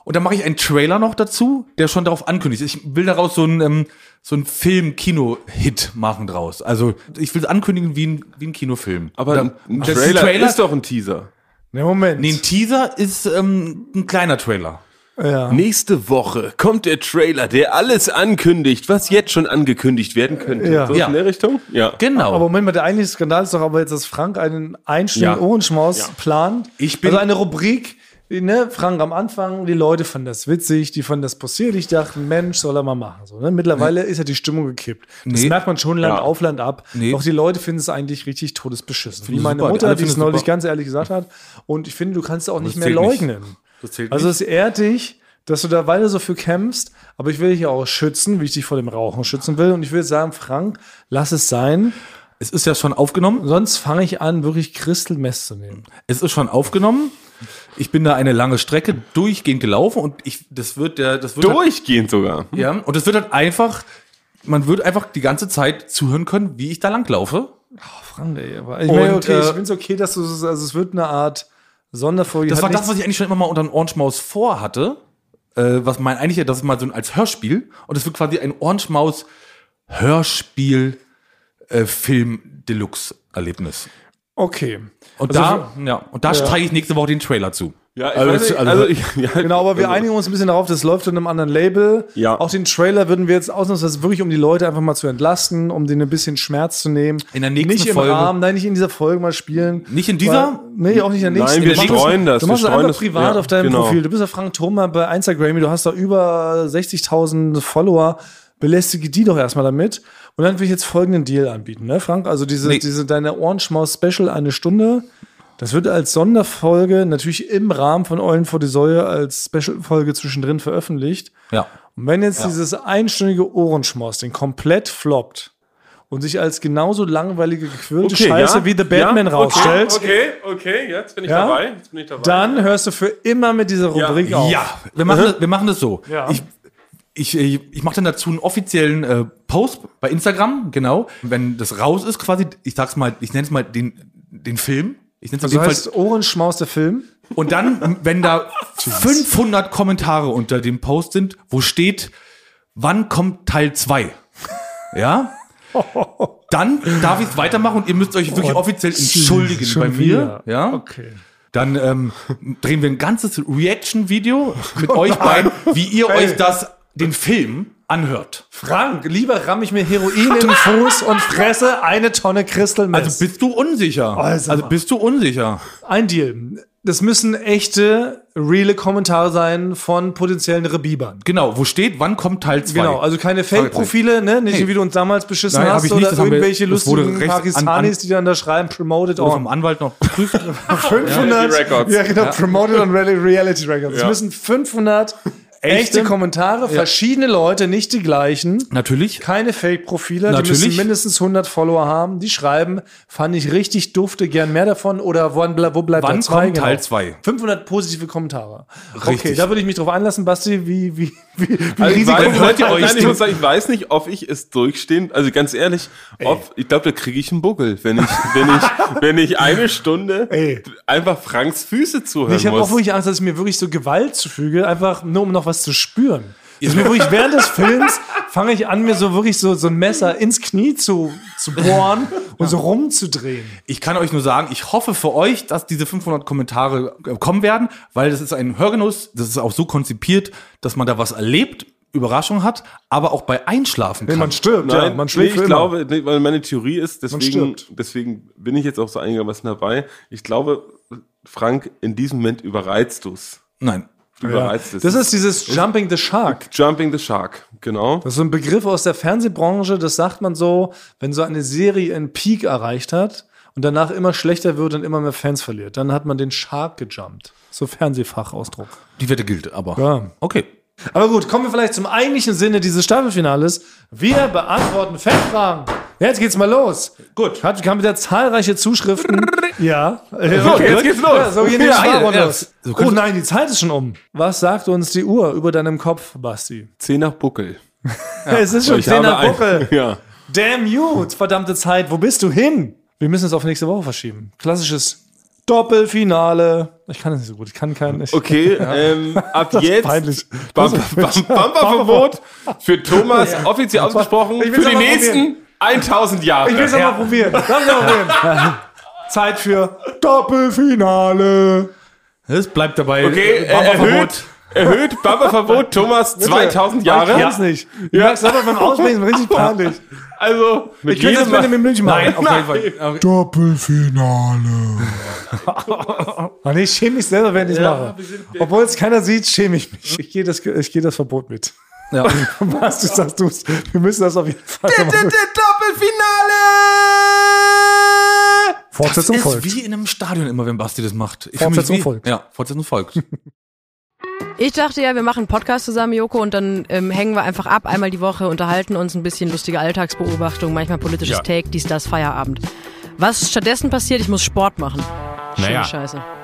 [SPEAKER 2] Und dann mache ich einen Trailer noch dazu, der schon darauf ankündigt. Ich will daraus so einen, ähm, so einen Film-Kino-Hit machen draus. Also ich will es ankündigen wie ein, wie ein Kinofilm.
[SPEAKER 4] Aber
[SPEAKER 2] Oder-
[SPEAKER 4] ein, ein
[SPEAKER 2] Das ist
[SPEAKER 4] Trailer, ist doch ein Teaser.
[SPEAKER 3] Nee, Moment.
[SPEAKER 2] Nee, ein Teaser ist ähm, ein kleiner Trailer.
[SPEAKER 3] ja.
[SPEAKER 4] Nächste Woche kommt der Trailer, der alles ankündigt, was jetzt schon angekündigt werden könnte.
[SPEAKER 3] Ja.
[SPEAKER 4] So
[SPEAKER 2] Ja.
[SPEAKER 4] in der Richtung? Ja.
[SPEAKER 2] Genau.
[SPEAKER 3] Aber Moment mal, der eigentliche Skandal ist doch aber jetzt, dass Frank einen einstündigen
[SPEAKER 4] Ja.
[SPEAKER 3] Ohrenschmaus
[SPEAKER 4] Ja.
[SPEAKER 3] plant.
[SPEAKER 2] Ich bin-
[SPEAKER 3] also eine Rubrik, die, ne, Frank am Anfang, die Leute fanden das witzig, die fanden das possierlich, dachten, Mensch, soll er mal machen. So, ne? Mittlerweile ist ja die Stimmung gekippt. Das
[SPEAKER 2] Nee.
[SPEAKER 3] merkt man schon Land auf Land ab.
[SPEAKER 2] Nee.
[SPEAKER 3] Doch die Leute finden es eigentlich richtig todesbeschissen. Wie
[SPEAKER 2] es
[SPEAKER 3] meine
[SPEAKER 2] super, die
[SPEAKER 3] Mutter,
[SPEAKER 2] alle
[SPEAKER 3] die es
[SPEAKER 2] finden es
[SPEAKER 3] neulich
[SPEAKER 2] super.
[SPEAKER 3] ganz ehrlich gesagt hat. Und ich finde, du kannst es auch nicht mehr
[SPEAKER 2] zählt nicht.
[SPEAKER 3] leugnen.
[SPEAKER 2] Das zählt
[SPEAKER 3] Also
[SPEAKER 2] nicht.
[SPEAKER 3] es ehrt dich, dass du da weiter so für kämpfst, aber ich will dich auch schützen, wie ich dich vor dem Rauchen schützen will. Und ich will sagen, Frank, lass es sein.
[SPEAKER 2] es ist ja schon aufgenommen.
[SPEAKER 3] Sonst fange ich an, wirklich Christelmess zu nehmen.
[SPEAKER 2] Es ist schon aufgenommen. Ich bin da eine lange Strecke durchgehend gelaufen und ich, das wird der, das wird
[SPEAKER 4] Durchgehend sogar.
[SPEAKER 2] Halt, ja, und das wird halt einfach, man wird einfach die ganze Zeit zuhören können, wie ich da langlaufe.
[SPEAKER 3] Frank, ey, aber ich meine,
[SPEAKER 2] Und,
[SPEAKER 3] okay,
[SPEAKER 2] äh,
[SPEAKER 3] ich finde es okay, dass du es, also es wird eine Art Sonderfolge.
[SPEAKER 2] Das
[SPEAKER 3] Hat
[SPEAKER 2] war das,
[SPEAKER 3] nichts-
[SPEAKER 2] was ich eigentlich schon immer mal unter einem Orange Maus vorhatte. Äh, was mein eigentlich, das ist mal so ein als Hörspiel. Und das wird quasi ein Orange Maus Hörspiel äh, Film Deluxe Erlebnis.
[SPEAKER 3] Okay.
[SPEAKER 2] Und
[SPEAKER 3] Also
[SPEAKER 2] da, ja, und da zeige ich nächste Woche den Trailer zu.
[SPEAKER 4] Ja, ich
[SPEAKER 2] Also,
[SPEAKER 4] weiß nicht,
[SPEAKER 2] also-
[SPEAKER 4] also ich, *laughs* ja,
[SPEAKER 3] Genau,
[SPEAKER 2] äh,
[SPEAKER 3] aber wir einigen uns ein bisschen darauf, das läuft unter einem anderen Label.
[SPEAKER 4] Ja.
[SPEAKER 3] Auch den Trailer würden wir jetzt ausnahmsweise wirklich, um die Leute einfach mal zu entlasten, um denen ein bisschen Schmerz zu nehmen.
[SPEAKER 2] In der nächsten
[SPEAKER 3] nicht im
[SPEAKER 2] Folge.
[SPEAKER 3] Rahmen, nein, nicht in dieser Folge mal spielen.
[SPEAKER 2] Nicht in dieser?
[SPEAKER 3] Weil, nee, auch nicht in der
[SPEAKER 4] Nein,
[SPEAKER 3] nächsten.
[SPEAKER 4] wir
[SPEAKER 3] Du machst
[SPEAKER 4] streuen das,
[SPEAKER 3] Du
[SPEAKER 4] wir
[SPEAKER 3] machst es
[SPEAKER 4] streuen
[SPEAKER 3] einfach
[SPEAKER 4] das-
[SPEAKER 3] privat
[SPEAKER 4] ja,
[SPEAKER 3] auf deinem
[SPEAKER 4] genau.
[SPEAKER 3] Profil. Du bist ja Frank Thoma bei Instagram, du hast da über 60.000 Follower. Belästige die doch erstmal damit. Und dann will ich jetzt folgenden Deal anbieten, ne, Frank? Also diese,
[SPEAKER 2] Nee.
[SPEAKER 3] diese deine Ohrenschmaus-Special eine Stunde. Das wird als Sonderfolge natürlich im Rahmen von Eulen vor die Säue als Special-Folge zwischendrin veröffentlicht.
[SPEAKER 2] Ja.
[SPEAKER 3] Und wenn jetzt dieses einstündige Ohrenschmaus den komplett floppt und sich als genauso langweilige, gequirlte
[SPEAKER 4] Okay,
[SPEAKER 3] Scheiße
[SPEAKER 4] ja,
[SPEAKER 3] wie The Batman
[SPEAKER 4] ja,
[SPEAKER 3] rausstellt,
[SPEAKER 4] Okay, okay, jetzt bin ich
[SPEAKER 3] Ja?
[SPEAKER 4] dabei. Jetzt bin ich dabei.
[SPEAKER 3] dann hörst du für immer mit dieser Rubrik auf.
[SPEAKER 2] Ja, wir machen, das, wir machen das so.
[SPEAKER 3] Mhm. Ja.
[SPEAKER 2] Ich, ich, äh, ich, ich mache dann dazu einen offiziellen äh, Post bei Instagram, genau. Wenn das raus ist, quasi, ich sag's mal, ich nenne es mal den, den Film. Ich nenne es
[SPEAKER 3] So heißt Ohrenschmaus der Film.
[SPEAKER 2] Und dann, wenn da 500 Kommentare unter dem Post sind, wo steht, wann kommt Teil 2?
[SPEAKER 3] *laughs*
[SPEAKER 2] Ja? Dann darf ich es weitermachen und ihr müsst euch wirklich offiziell entschuldigen
[SPEAKER 3] Oh, schon
[SPEAKER 2] bei mir.
[SPEAKER 3] wieder.
[SPEAKER 2] Ja?
[SPEAKER 3] Okay.
[SPEAKER 2] Dann ähm, drehen wir ein ganzes Reaction-Video
[SPEAKER 3] *laughs*
[SPEAKER 2] mit euch beiden, wie ihr euch das, den Film anhört.
[SPEAKER 3] Frank, lieber ramm ich mir Heroin in den Fuß und fresse eine Tonne Crystal Meth.
[SPEAKER 2] Also bist du unsicher.
[SPEAKER 3] Also-
[SPEAKER 2] Also, bist du unsicher.
[SPEAKER 3] Ein Deal. Das müssen echte, reale Kommentare sein von potenziellen Rebibern.
[SPEAKER 2] Genau, wo steht, wann kommt Teil 2?
[SPEAKER 3] Genau, also keine Fake-Profile, ne? Nicht
[SPEAKER 2] Nee.
[SPEAKER 3] wie du uns damals beschissen
[SPEAKER 2] Nein, hab
[SPEAKER 3] hast
[SPEAKER 2] ich nicht.
[SPEAKER 3] oder
[SPEAKER 2] Das haben wir-
[SPEAKER 3] irgendwelche
[SPEAKER 2] das wurde
[SPEAKER 3] lustigen
[SPEAKER 2] rechts an-
[SPEAKER 3] Pakistanis,
[SPEAKER 2] an-
[SPEAKER 3] die dann da schreiben, promoted
[SPEAKER 2] Wurde
[SPEAKER 3] on.
[SPEAKER 2] vom Anwalt noch
[SPEAKER 3] *laughs*
[SPEAKER 2] geprüft.
[SPEAKER 3] 500
[SPEAKER 4] Reality Records.
[SPEAKER 3] Ja, genau, promoted on Reali- Reality Records. Es
[SPEAKER 4] Ja.
[SPEAKER 3] müssen 500 echte
[SPEAKER 2] Echte?
[SPEAKER 3] Kommentare, verschiedene Leute, nicht die gleichen.
[SPEAKER 2] Natürlich.
[SPEAKER 3] Keine Fake-Profile, die
[SPEAKER 2] Natürlich.
[SPEAKER 3] müssen mindestens 100 Follower haben. Die schreiben, fand ich richtig dufte, gern mehr davon oder wann, ble- wo bleibt
[SPEAKER 2] Wann
[SPEAKER 3] der zwei?
[SPEAKER 2] kommt Teil zwei?
[SPEAKER 3] 500 positive Kommentare. Okay,
[SPEAKER 2] Richtig.
[SPEAKER 3] da würde ich mich drauf einlassen, Basti, wie, wie, wie, wie
[SPEAKER 4] Also ich
[SPEAKER 3] riesig
[SPEAKER 4] weiß,
[SPEAKER 2] Risiko-
[SPEAKER 3] *laughs*
[SPEAKER 4] hört
[SPEAKER 2] hört ihr
[SPEAKER 4] euch
[SPEAKER 2] euch
[SPEAKER 4] nein, *laughs* ich
[SPEAKER 2] den?
[SPEAKER 4] muss sagen, ich weiß nicht, ob ich es durchstehen, also ganz ehrlich, ob, ich glaube, da kriege ich einen Buckel, wenn ich, wenn *laughs* ich, wenn ich eine Stunde
[SPEAKER 3] Ey.
[SPEAKER 4] einfach Franks Füße zuhören
[SPEAKER 3] Ich habe auch
[SPEAKER 4] muss.
[SPEAKER 3] wirklich Angst, dass ich mir wirklich so Gewalt zufüge, einfach nur um noch was zu spüren. Also mir wirklich während des Films fange ich an, mir so wirklich so, so ein Messer ins Knie zu, zu bohren und so rumzudrehen.
[SPEAKER 2] Ich kann euch nur sagen, ich hoffe für euch, dass diese 500 Kommentare äh, kommen werden, weil das ist ein Hörgenuss, das ist auch so konzipiert, dass man da was erlebt, Überraschung hat, aber auch bei Einschlafen kann.
[SPEAKER 3] stirbt,
[SPEAKER 4] Nein, nee, ich glaube, nee, weil meine Theorie ist, deswegen,
[SPEAKER 3] stirbt.
[SPEAKER 4] deswegen bin ich jetzt auch so einigermaßen dabei. Ich glaube, Frank, in diesem Moment überreizt du es.
[SPEAKER 2] Nein.
[SPEAKER 4] Du überreizt es.
[SPEAKER 3] Das ist dieses Jumping the Shark.
[SPEAKER 4] Jumping the Shark, genau.
[SPEAKER 3] Das ist so ein Begriff aus der Fernsehbranche, das sagt man so, wenn so eine Serie einen Peak erreicht hat und danach immer schlechter wird und immer mehr Fans verliert. Dann hat man den Shark gejumpt. So Fernsehfachausdruck.
[SPEAKER 2] Die Wette gilt, aber.
[SPEAKER 3] Ja.
[SPEAKER 2] Okay.
[SPEAKER 3] Aber gut, kommen wir vielleicht zum eigentlichen Sinne dieses Staffelfinales. Wir beantworten Fanfragen. Jetzt geht's mal los. Gut. Hat, kam wieder zahlreiche Zuschriften. ja. So,
[SPEAKER 4] jetzt geht's los.
[SPEAKER 3] Ja, so gehen die
[SPEAKER 2] Ja,
[SPEAKER 3] Schwaben
[SPEAKER 2] ja,
[SPEAKER 3] los.
[SPEAKER 2] so
[SPEAKER 3] oh
[SPEAKER 2] können-
[SPEAKER 3] nein, die Zeit ist schon um. Was sagt uns die Uhr über deinem Kopf, Basti?
[SPEAKER 4] 10 nach Buckel.
[SPEAKER 3] es ist schon
[SPEAKER 4] Ich habe
[SPEAKER 3] 10 nach
[SPEAKER 4] ein-
[SPEAKER 3] Buckel.
[SPEAKER 4] *laughs* Ja.
[SPEAKER 3] Damn you, verdammte Zeit, wo bist du hin? Wir müssen es auf nächste Woche verschieben. Klassisches Doppelfinale. Ich kann das nicht so gut. Ich kann keinen. Ich,
[SPEAKER 4] Okay, ähm,
[SPEAKER 3] *laughs*
[SPEAKER 4] ab jetzt
[SPEAKER 3] peinlich.
[SPEAKER 4] Bam- Bam-
[SPEAKER 3] *laughs*
[SPEAKER 4] Bumperverbot für Thomas offiziell ausgesprochen
[SPEAKER 3] Ich will's
[SPEAKER 4] für die
[SPEAKER 3] aber
[SPEAKER 4] nächsten 1000 Jahre.
[SPEAKER 3] Ich will es mal probieren. Lass mich mal probieren. Zeit für Doppelfinale.
[SPEAKER 2] Es bleibt dabei.
[SPEAKER 4] okay, äh, erhöht, erhöht Bumperverbot Thomas 2000 Jahre.
[SPEAKER 3] Ich kann's nicht. Ich
[SPEAKER 4] Ja.
[SPEAKER 3] merk's aber beim Aussprechen ist mir richtig peinlich.
[SPEAKER 4] Also mit
[SPEAKER 3] Ich kann das
[SPEAKER 4] jedem
[SPEAKER 3] mit dem München machen.
[SPEAKER 2] Nein, auf jeden Fall. Okay.
[SPEAKER 3] Mann, ich schäme mich selber, wenn ich mache. Obwohl es keiner sieht, schäme ich mich. Ich gehe das, ich gehe das Verbot mit. *laughs*
[SPEAKER 2] Ja.
[SPEAKER 3] Was du sagst, du, wir müssen das auf jeden Fall machen.
[SPEAKER 2] Doppelfinale!
[SPEAKER 3] Fortsetzung
[SPEAKER 2] das ist
[SPEAKER 3] folgt.
[SPEAKER 2] wie in einem Stadion immer, wenn Basti das macht. Ich fühl
[SPEAKER 3] Fortsetzung
[SPEAKER 2] mich wie-
[SPEAKER 3] folgt.
[SPEAKER 2] Ja, Fortsetzung folgt.
[SPEAKER 6] Ich dachte ja, wir machen einen Podcast zusammen, Joko, und dann ähm, hängen wir einfach ab, einmal die Woche, unterhalten uns ein bisschen, lustige Alltagsbeobachtung, manchmal politisches
[SPEAKER 7] Ja.
[SPEAKER 6] Take, dies, das, Feierabend. Was stattdessen passiert, ich muss Sport machen. Schöne
[SPEAKER 7] Naja.
[SPEAKER 6] Scheiße.